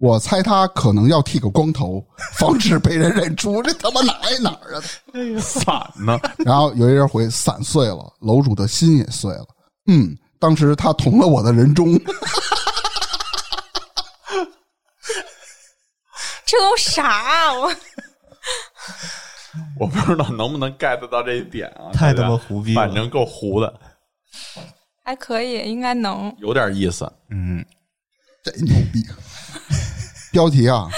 Speaker 1: 我猜他可能要剃个光头，防止被人认出。这他妈哪挨哪儿啊？
Speaker 4: 伞呢？
Speaker 1: 然后有一人回：伞碎了，楼主的心也碎了。嗯，当时他捅了我的人中，
Speaker 3: 这都啥、啊？我
Speaker 4: 我不知道能不能 get 到这一点啊！
Speaker 6: 太他妈
Speaker 4: 大家
Speaker 6: 胡逼了
Speaker 4: 反正够胡的，
Speaker 3: 还可以，应该能。
Speaker 4: 有点意思。
Speaker 1: 这牛逼！标题啊，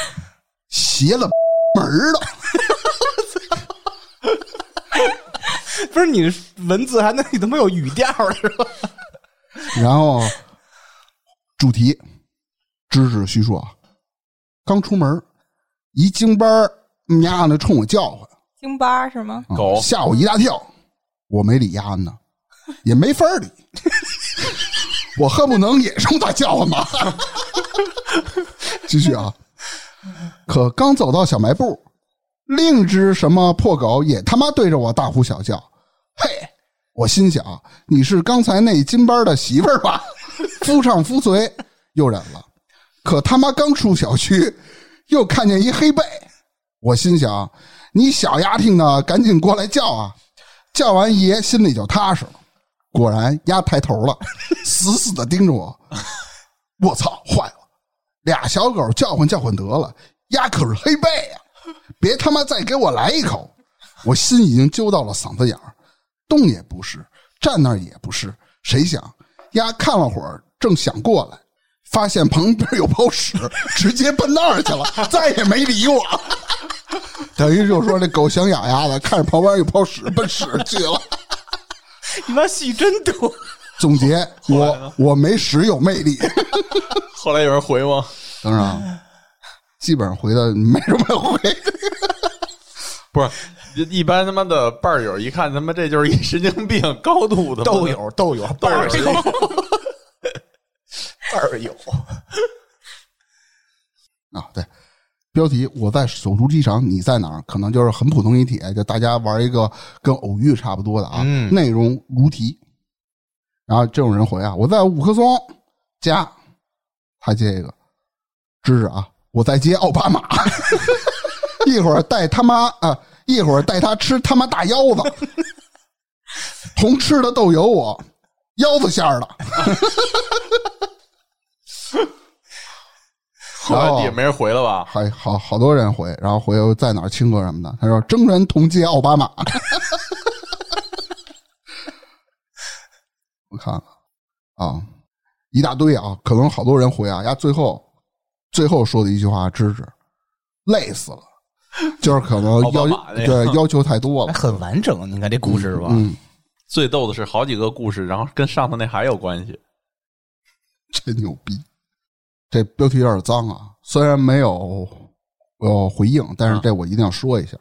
Speaker 1: 邪了门儿了。
Speaker 6: 不是你文字还能你他妈有语调的是吧？
Speaker 1: 然后主题知识叙述啊，刚出门一京班儿丫的冲我叫唤，
Speaker 3: 京巴是吗？
Speaker 6: 嗯
Speaker 1: 啊
Speaker 4: 狗
Speaker 1: 吓我一大跳，我没理丫呢，也没法儿理，我恨不能也冲他叫唤吧。 继续啊，可刚走到小卖部，另只什么破狗也他妈对着我大呼小叫，嘿，我心想你是刚才那金班的媳妇儿吧？夫唱妇随，又忍了。可他妈刚出小区，又看见一黑背，我心想你小丫挺呢，赶紧过来叫啊！叫完爷心里就踏实了。果然丫抬头了，死死的盯着我。我操，坏了！俩小狗叫唤叫唤得了，丫可是黑背呀、别他妈再给我来一口！我心已经揪到了嗓子眼儿，动也不是，站那儿也不是。谁想丫看了会儿，正想过来，发现旁边有泡屎，直接奔那儿去了，再也没理我。 等于就是说，这狗想养鸭子，看着旁边有泡屎，奔屎去了。
Speaker 6: 你妈戏真多，
Speaker 1: 总 结，我我没屎有魅 力。
Speaker 4: 后来有人回吗？
Speaker 1: 当然啊，基本上回的没什么回。
Speaker 4: 不是，一般他妈的伴儿友一看他妈这就是一神经病，高度的
Speaker 5: 豆友豆友
Speaker 4: 豆
Speaker 5: 伴儿友
Speaker 4: 友，
Speaker 5: 伴儿友，
Speaker 1: 啊，对，标题我在首都机场，你在哪儿？可能就是很普通一帖，就大家玩一个跟偶遇差不多的啊，
Speaker 2: 嗯
Speaker 1: 内容如题。然后这种人回啊，我在五棵松家，他接一个知识啊，我在接奥巴马， 一会儿带他妈啊，一会儿带他吃他妈大腰子，红吃的豆油我腰子馅儿的，
Speaker 4: 后
Speaker 1: 哦
Speaker 4: 来也没人回了吧？
Speaker 1: 还好好多人回，然后回又在哪儿亲哥什么的。他说征人同接奥巴 马。我看看啊，一大堆啊，可能好多人回啊。呀，最后最后说的一句话，芝芝累死了，就是可能
Speaker 4: 奥巴
Speaker 1: 要
Speaker 4: 马那个
Speaker 1: 对要求太多
Speaker 2: 哎
Speaker 1: 了。
Speaker 2: 很完整，你看这故事吧，
Speaker 1: 嗯，
Speaker 4: 最逗的是好几个故事，然后跟上头那还有关系。
Speaker 1: 真牛逼！这标题有点脏啊，虽然没有呃回应，但是这我一定要说一下：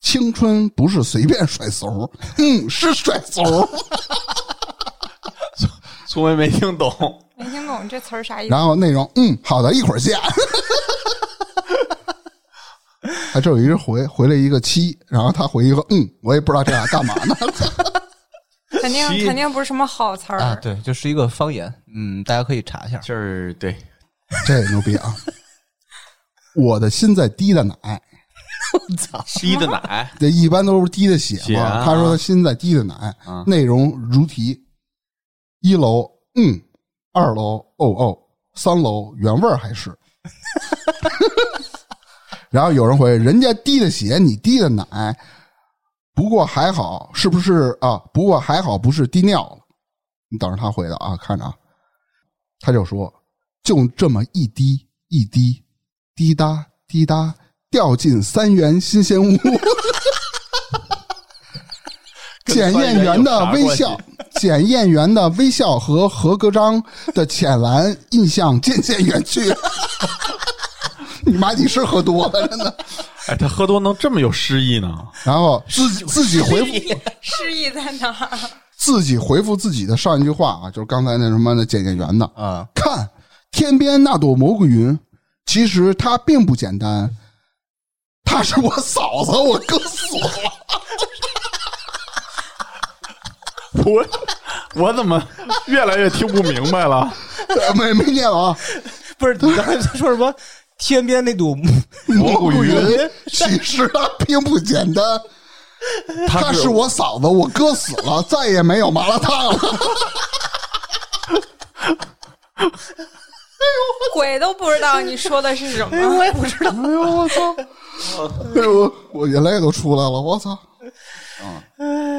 Speaker 1: 青春不是随便甩怂，嗯，是甩怂。
Speaker 4: 苏梅没听懂，
Speaker 3: 没听懂这词儿啥意思？
Speaker 1: 然后内容，嗯，好的，一会儿见。 还哎这有一人回回了一个七，然后他回一个嗯，我也不知道这俩干嘛呢。
Speaker 3: 肯定
Speaker 4: 西
Speaker 3: 肯定不是什么好词
Speaker 2: 啊，
Speaker 3: 儿。
Speaker 2: 对，就是一个方言，嗯，大家可以查一下。
Speaker 4: 就是对，
Speaker 1: 这也牛逼啊！我的心在滴的奶，
Speaker 4: 吸的 奶，
Speaker 1: 这一般都是滴的血嘛。
Speaker 4: 血啊
Speaker 1: 他说他心在滴的奶，
Speaker 4: 嗯
Speaker 1: 内容如题：一楼嗯，二楼哦哦，三楼原味儿还是。 然后有人回：人家滴的血，你滴的奶。不过还好，是不是啊？不过还好，不是滴尿了。你等着他回的啊，看着啊。他就说：“就这么一滴一滴，滴答滴答，掉进三元新鲜屋。”检验员的微笑，检验员的微笑和合格章的浅蓝印象渐渐远去。 你妈，你是喝多了，真的。
Speaker 4: 哎，他喝多能这么有诗意呢？
Speaker 1: 然后自己自己回复
Speaker 3: 诗意在哪儿？
Speaker 1: 自己回复自己的上一句话啊，就是刚才那什么的检验员的，
Speaker 2: 啊，
Speaker 1: 看天边那朵蘑菇云，其实它并不简单，她是我嫂子，我哥死了。
Speaker 4: 我我怎么越来越听不明白了？
Speaker 1: 哎没没念完 啊，
Speaker 6: 不是你刚才说什么？ 天边那朵木
Speaker 1: 蘑菇云，其实它并不简单。她是我嫂子，我哥死 了，再也没有麻辣烫了。
Speaker 3: 鬼都不知道你说的是什么。
Speaker 6: 我也不知道，
Speaker 1: 哎呦我操！哎呦，我眼泪都出来了，我操！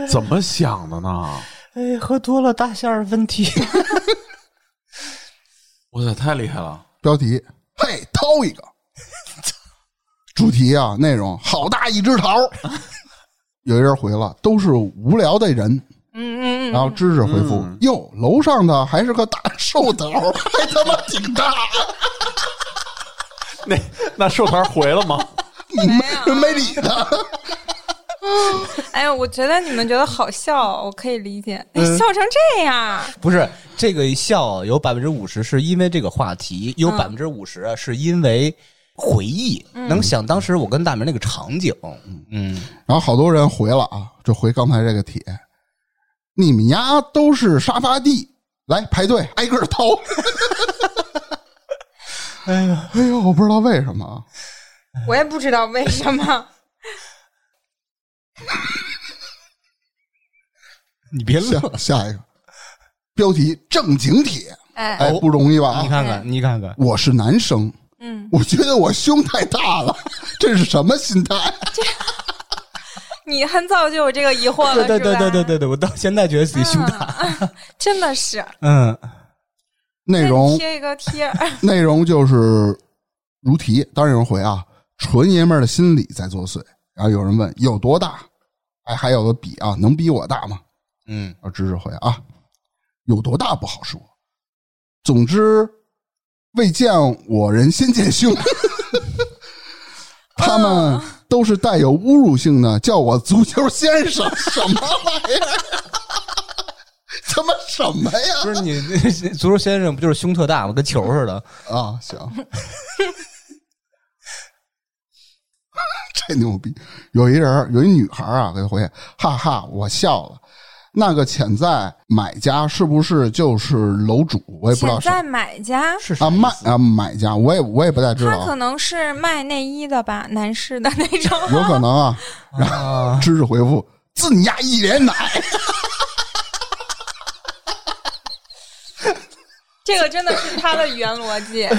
Speaker 4: 怎么想的呢？
Speaker 6: 哎，喝多了大馅儿问题，
Speaker 4: 我操，太厉害了！
Speaker 1: 标题：嘿，掏一个。 主题啊，内容： 好大一只桃。有一人回了，都是无聊的人
Speaker 3: 嗯嗯
Speaker 1: 然后知识回复
Speaker 4: 嗯，
Speaker 1: 哟，楼上的还是个大寿桃，还他妈挺大，
Speaker 4: 那那寿桃回了吗？
Speaker 1: 没没理他。
Speaker 3: 哎呀，我觉得你们觉得好笑，我可以理解。哎笑成这样，
Speaker 2: 不是这个笑有百分之五十是因为这个话题，有
Speaker 6: 嗯
Speaker 2: 百分之五十是因为回忆，能想当时我跟大明那个场景，嗯，
Speaker 1: 然后好多人回了啊，就回刚才这个帖，你们家都是沙发地，来排队挨个儿掏。
Speaker 6: 哎呀，
Speaker 1: 哎呦，我不知道为什么啊，
Speaker 3: 我也不知道为什么。
Speaker 2: 你别
Speaker 1: 下，下一个标题正经帖，
Speaker 3: 哎，
Speaker 1: 哎，不容易吧？
Speaker 2: 你看看，你看看，
Speaker 1: 我是男生，
Speaker 3: 嗯，
Speaker 1: 我觉得我胸太大了， 这是什么心 态？
Speaker 2: 哎
Speaker 3: 你很早就有这个疑惑了，
Speaker 2: 对对对对对
Speaker 3: 是吧，嗯
Speaker 2: 对对，我到现在觉得自己胸大，
Speaker 3: 真的是。
Speaker 2: 嗯，
Speaker 1: 内容
Speaker 3: 贴一个贴儿，
Speaker 1: 内容就是如题，当然有人回啊，纯爷们儿的心理在作祟。然后有人问有多大？哎，还有的比啊，能比我大吗？
Speaker 2: 嗯，
Speaker 1: 啊，知识回啊，有多大不好说。总之，未见我人先见胸， 他们都是带有侮辱性的，叫我足球先生，什么玩意儿？ 他妈什么呀？
Speaker 2: 不是你 足球先生不就是胸特大吗？跟球似的，
Speaker 1: 啊，行， 这牛逼！有一人儿，有一女孩儿啊，给他回，哈哈，我笑了。那个潜在买家是不是就是楼主？我也不知道
Speaker 3: 潜
Speaker 1: 是
Speaker 3: 在买家，
Speaker 2: 是啥
Speaker 1: 啊
Speaker 2: 意思
Speaker 1: 卖啊买家，我也我也不太知
Speaker 3: 他
Speaker 1: 道
Speaker 3: 可
Speaker 1: 啊，
Speaker 3: 能是卖内衣的吧，男士的那种。
Speaker 1: 有可能啊。
Speaker 2: 啊？
Speaker 1: 知识回复：自你家一脸奶，
Speaker 3: 这个真的是他的语言逻辑，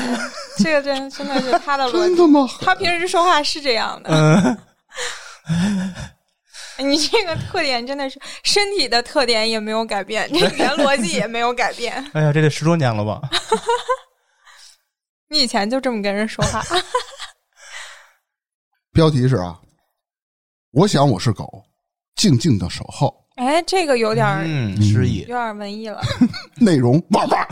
Speaker 3: 这个真真的是他的逻
Speaker 1: 真
Speaker 3: 辑。
Speaker 1: 他妈狠！
Speaker 3: 他平时说话是这样的。 你这个特点真的是身体的特点也没有改变，这语言逻辑也没有改变。
Speaker 6: 哎呀，这得十多年了吧？
Speaker 3: 你以前就这么跟人说话，
Speaker 1: 标题是啊，我想我是狗，静静的守候。
Speaker 3: 哎，这个有点儿
Speaker 2: 嗯，失忆
Speaker 3: 有，点儿文艺了。
Speaker 1: 内容汪汪，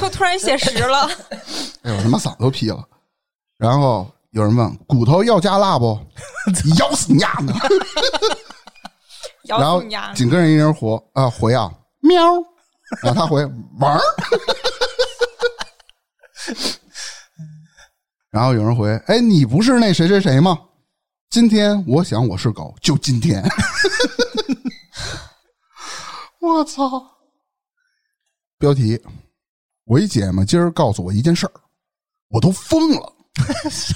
Speaker 3: 就突然写实了。
Speaker 1: 哎呦他妈嗓子都劈了。然后有人问骨头要加辣不？咬死你丫的！然
Speaker 3: 咬
Speaker 1: 后
Speaker 3: 死你丫！
Speaker 1: 紧跟着一人活啊回啊喵，然后他回玩儿， 然后有人回哎你不是那谁谁谁吗？今天我想我是狗，就今天。 我操！标题：我一姐们今儿告诉我一件事儿，我都疯了。 什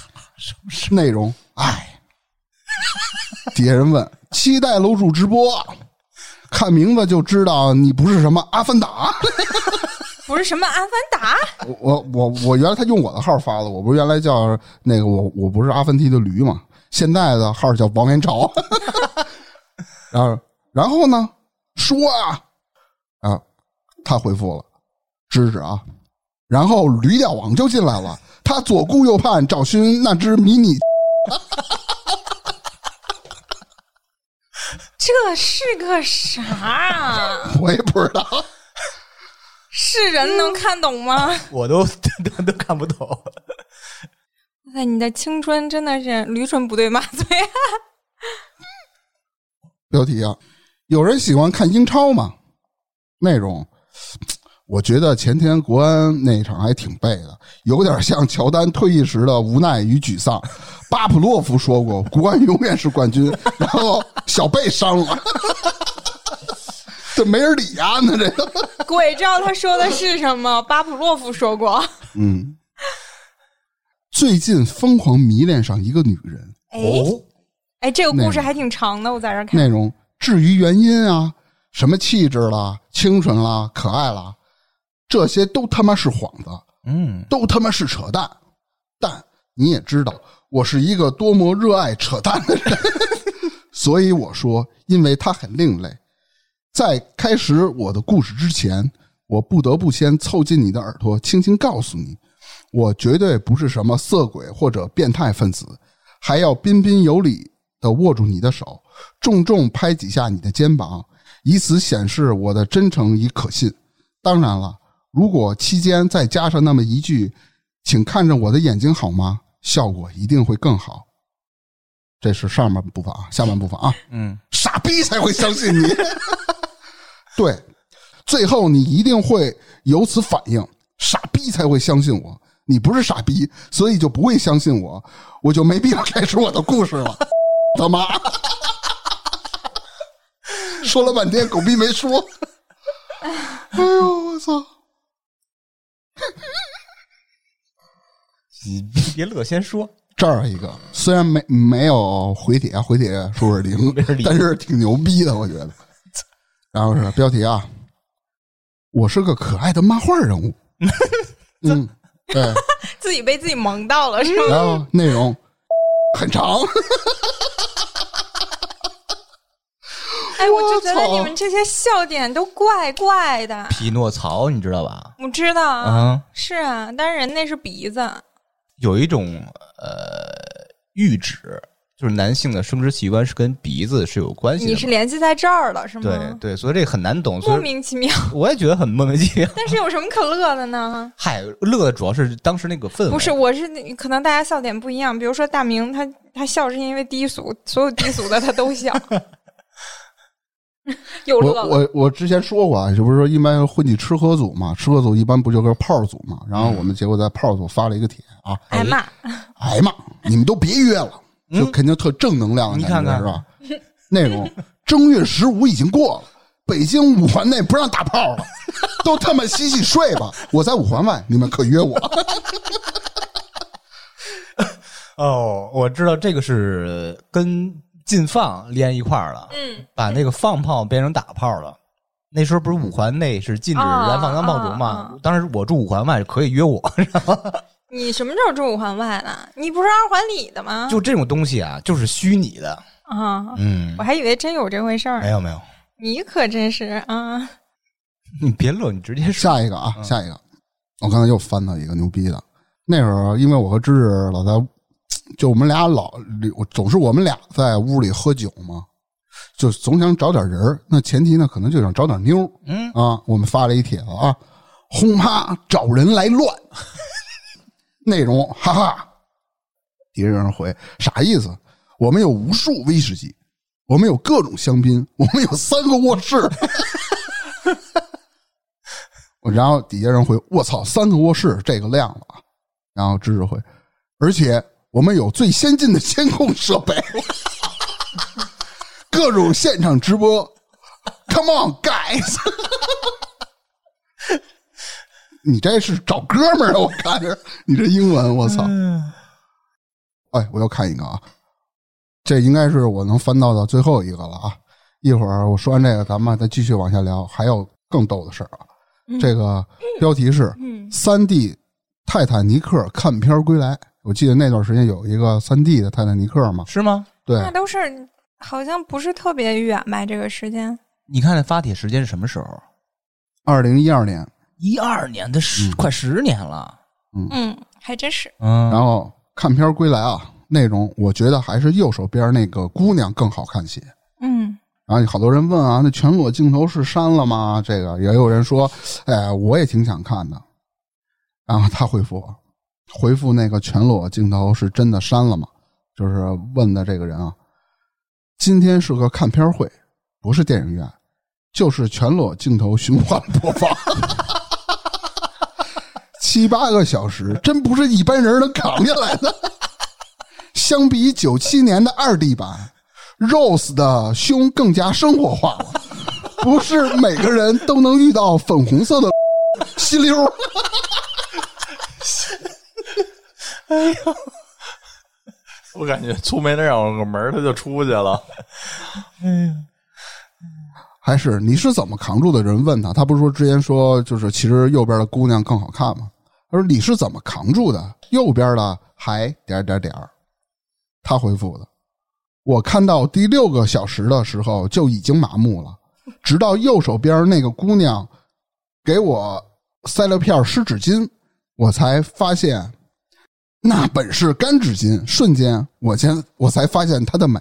Speaker 1: 么内容？哎，底下人问：“期待楼主直播，看名字就知道你不是什么阿凡达。
Speaker 3: 不是什么阿凡达，
Speaker 1: 我”我我我原来他用我的号发的，我不是原来叫那个我我不是阿凡提的驴嘛，现在的号叫王元朝。 然后然后呢？说啊啊，他回复了支持啊，然后驴吊王就进来了，他左顾右盼找寻那只迷你
Speaker 3: 这是个啥啊？
Speaker 1: 我也不知道。
Speaker 3: 是人能看懂吗？
Speaker 6: 我 都都都看不懂。
Speaker 3: 哇塞，哎你的青春真的是驴唇不对马嘴。啊
Speaker 1: 标题啊，有人喜欢看英超吗？内容，我觉得前天国安那场还挺背的，有点像乔丹退役时的无奈与沮丧。 巴甫洛夫说过，国安永远是冠军。 然后小贝伤了， 这没人理啊，那这个，
Speaker 3: 鬼知道他说的是什么？巴甫洛夫说过，
Speaker 1: 嗯。最近疯狂迷恋上一个女人，
Speaker 3: 哎哎，这个故事还挺长的，我在这儿看。
Speaker 1: 内容至于原因啊，什么气质啦、清纯啦、可爱啦，这些都他妈是幌子，
Speaker 2: 嗯，
Speaker 1: 都他妈是扯淡。但你也知道，我是一个多么热爱扯淡的人，所以我说，因为他很另类。在开始我的故事之前，我不得不先凑近你的耳朵，轻轻告诉你，我绝对不是什么色鬼或者变态分子，还要彬彬有礼的握住你的手。重重拍几下你的肩膀，以此显示我的真诚与可信。当然了，如果期间再加上那么一句“请看着我的眼睛好吗”，效果一定会更好。这是上半部分啊，下半部分啊，
Speaker 2: 嗯，
Speaker 1: 傻逼才会相信你。 对，最后你一定会有此反应，傻逼才会相信我。你不是傻逼，所以就不会相信我，我就没必要开始我的故事了。 他妈，说了半天狗逼没说。哎呦，我操！
Speaker 2: 别乐，先说。
Speaker 1: 这儿一个，虽然没没有回帖，回帖数是零
Speaker 2: 人，理
Speaker 1: 但是挺牛逼的，我觉得。然后是标题啊，我是个可爱的漫画 人物。嗯，对。
Speaker 3: 自己被自己萌到了是 吗？
Speaker 1: 然后内容很长，
Speaker 3: 哎，我就觉得
Speaker 1: 我操
Speaker 3: 你们这些笑点都怪怪的。
Speaker 2: 匹诺曹，你知道吧？
Speaker 3: 我知道啊，
Speaker 2: 啊，
Speaker 3: 是啊，但是人那是鼻子，
Speaker 2: 有一种呃阈值，就是男性的生殖器官是跟鼻子是有关系的
Speaker 3: 你
Speaker 2: 嘛。
Speaker 3: 是联系在这儿了是
Speaker 2: 对
Speaker 3: 吗？
Speaker 2: 对，所以这个很难懂。
Speaker 3: 莫
Speaker 2: 所以
Speaker 3: 名其妙，
Speaker 2: 我也觉得很莫名其妙。
Speaker 3: 但是有什么可乐的呢？
Speaker 2: 嗨，乐的主要是当时那个氛围，
Speaker 3: 不是，我是那可能大家笑点不一样，比如说大明他他笑是因为低俗，所有低俗的他都笑，又
Speaker 1: 我
Speaker 3: 乐了。
Speaker 1: 我我之前说过啊，就不是说一般混迹吃喝组嘛，吃喝组一般不就个炮组嘛？然后我们结果在炮组发了一个帖啊，
Speaker 3: 哎妈，
Speaker 1: 哎妈，你们都别约了，就肯定特正能量的感觉，
Speaker 2: 嗯你看看
Speaker 1: 是吧？内容： 正月十五已经过了，北京五环内不让打炮了，都他妈洗洗睡吧！我在五环外，你们可约我。
Speaker 2: 哦，我知道这个是跟禁放连一块儿了，
Speaker 3: 嗯，
Speaker 2: 把那个放炮变成打炮了。那时候不是五环内是禁止燃放
Speaker 3: 啊
Speaker 2: 钢炮竹
Speaker 3: 啊
Speaker 2: 吗
Speaker 3: 啊？
Speaker 2: 当时我住五环外，可以约我。
Speaker 3: 你什么时候住五环外了？你不是二环里的吗？
Speaker 2: 就这种东西啊，就是虚拟的。
Speaker 3: 啊，
Speaker 2: 嗯
Speaker 3: 我，还以为真有这回事儿
Speaker 5: 哎
Speaker 2: 没。有没有，
Speaker 3: 你可真是啊！
Speaker 2: 你别乐，你直接嗯说。
Speaker 1: 下一个啊，下一个，我刚才又翻到一个牛逼的。那时候，因为我和芝芝老在，就我们俩老总是我们俩在屋里喝酒嘛，就总想找点人儿那前提呢，可能就想找点妞儿
Speaker 2: 嗯
Speaker 1: 啊。我们发了一帖子啊，轰趴找人来乱， 内容哈哈。底下有人回啥意思？我们有无数威士忌，我们有各种香槟，我们有三个卧室。我然后底下人回：“我操，三个卧室这个亮了啊！”然后知识回：“而且我们有最先进的监控设备， 各种现场直播，Come on guys！” 你这是找哥们儿啊！我看着你这英文，我操！哎，我又看一个啊，这应该是我能翻到的最后一个了啊！一会儿我说完这个，咱们再继续往下聊，还有更逗的事儿啊！这个标题是
Speaker 3: 嗯
Speaker 1: 《三 D 泰坦尼克》看片儿归来。我记得那段时间有一个三 D 的泰坦尼克嘛，
Speaker 2: 是吗？
Speaker 1: 对，
Speaker 3: 那都是好像不是特别远吧？这个时间
Speaker 2: 你看那发帖时间是什么时候？
Speaker 1: 二零一二年，
Speaker 2: 一二年的十，快十年了。
Speaker 3: 嗯，还真是。
Speaker 2: 嗯，
Speaker 1: 然后看片儿归来啊，内容我觉得还是右手边那个姑娘更好看些。
Speaker 3: 嗯，
Speaker 1: 然后好多人问啊，那全裸镜头是删了吗？这个也有人说，哎，我也挺想看的。然后他回复我，回复那个全裸镜头是真的删了吗？就是问的这个人啊，今天是个看片儿会，不是电影院，就是全裸镜头循环播放，七八个小时，真不是一般人能扛下来的。相比九七年的二 D 版，Rose 的胸更加生活化了，不是每个人都能遇到粉红色的 吸溜儿。
Speaker 4: 我感觉出没那有个门，他就出去了。
Speaker 1: 还是你是怎么扛住的？人问他，他不是说之前说就是其实右边的姑娘更好看吗？他说你是怎么扛住的？右边的还点儿点儿点儿。他回复的，我看到第六个小时的时候就已经麻木了，直到右手边那个姑娘给我塞了片湿纸巾，我才发现 那本是干纸巾。瞬间，我先我才发现它的美。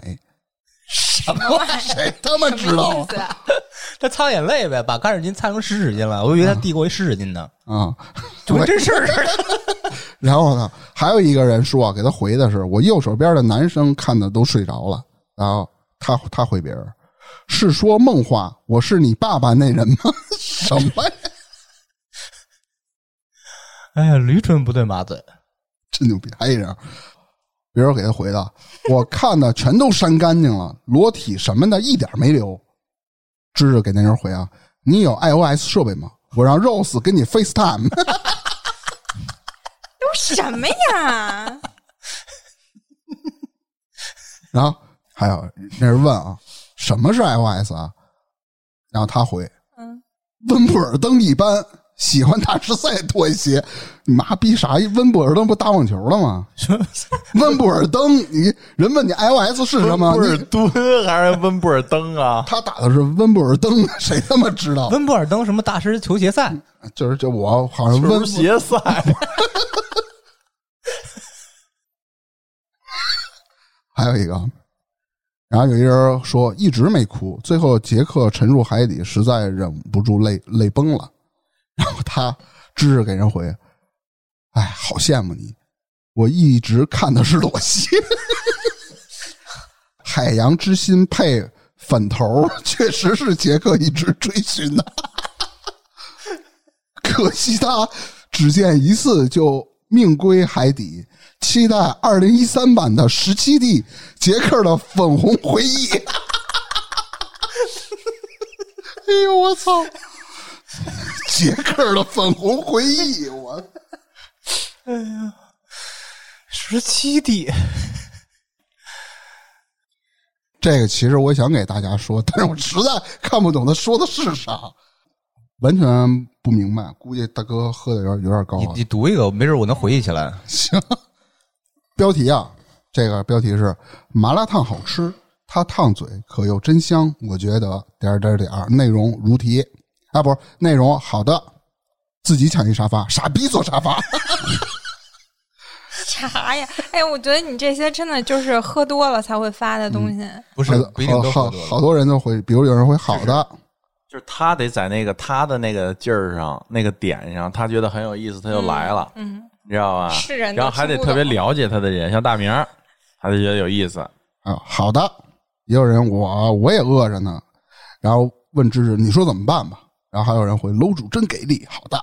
Speaker 2: 什么？
Speaker 1: 谁他妈知道啊
Speaker 3: 意思啊？
Speaker 2: 他擦眼泪呗，把干纸巾擦成湿纸巾了。我以为他递过一湿纸巾 呢，
Speaker 1: 啊？
Speaker 2: 就跟真事儿似的。
Speaker 1: 然后呢，还有一个人说啊，给他回的是我右手边的男生看的都睡着了，然后他他回别人是说梦话，我是你爸爸那人吗？ 什么呀，
Speaker 2: 哎呀，驴唇不对马 嘴。
Speaker 1: 真牛逼！还有一人，别人给他回的，我看的全都删干净了，裸体什么的一点没留。芝芝给那人回啊，你有 iOS 设备吗？我让 Rose 跟你 FaceTime。
Speaker 3: 都什么 呀？
Speaker 1: 然后还有那人问啊，什么是 iOS 啊？然后他回，
Speaker 3: 嗯，
Speaker 1: 温布尔登一般，喜欢大师赛多一些。你妈逼啥？温布尔登不打网球了吗？温布尔登，你人问你 iOS 是什么？
Speaker 5: 温布尔
Speaker 1: 你
Speaker 5: 蹲还是温布尔登啊？
Speaker 1: 他打的是温布尔登，谁他妈知道？
Speaker 2: 温布尔登什么大师球鞋赛？
Speaker 1: 就是就我好像温
Speaker 5: 球鞋赛，
Speaker 1: 还有一个，然后有一人说一直没哭，最后杰克沉入海底，实在忍不住泪泪崩了。然后他知识给人回：“哎，好羡慕你，我一直看的是裸戏。 海洋之心配粉头，确实是杰克一直追寻的，可惜他只见一次就命归海底。”期待二零一三版的十七 D 杰克的粉红回忆。哎呦，我操！杰克的粉红回忆，我
Speaker 6: 十七 D，
Speaker 2: 哦
Speaker 1: 这个其实我想给大家说，但是我实在看不懂他说的是啥，完全不明白。估计大哥喝的有点有点高
Speaker 2: 你
Speaker 1: 啊。
Speaker 2: 你读一个，没准我能回忆起来。
Speaker 1: 行，标题啊，这个标题是麻辣烫好吃，它烫嘴可又真香，我觉得点儿点儿点儿，内容如题啊，不是内容好的，自己抢一沙发，傻逼坐沙发，
Speaker 3: 啥呀？哎，我觉得你这些真的就是喝多了才会发的
Speaker 5: 嗯
Speaker 3: 东西。
Speaker 2: 不是， 不一定都
Speaker 1: 好好
Speaker 2: 喝多了
Speaker 1: 好多人都会，比如有人会好的，
Speaker 5: 就是他得在那个他的那个劲儿上、那个点上，他觉得很有意思，他就来了，
Speaker 3: 嗯，
Speaker 5: 你知道吧？
Speaker 3: 是人都
Speaker 5: 然后还得特别了解他的人，像大明儿，他就觉得有意思。
Speaker 1: 啊，好的，也有人我我也饿着呢，然后问芝芝你说怎么办吧，然后还有人回楼主真给力，好的，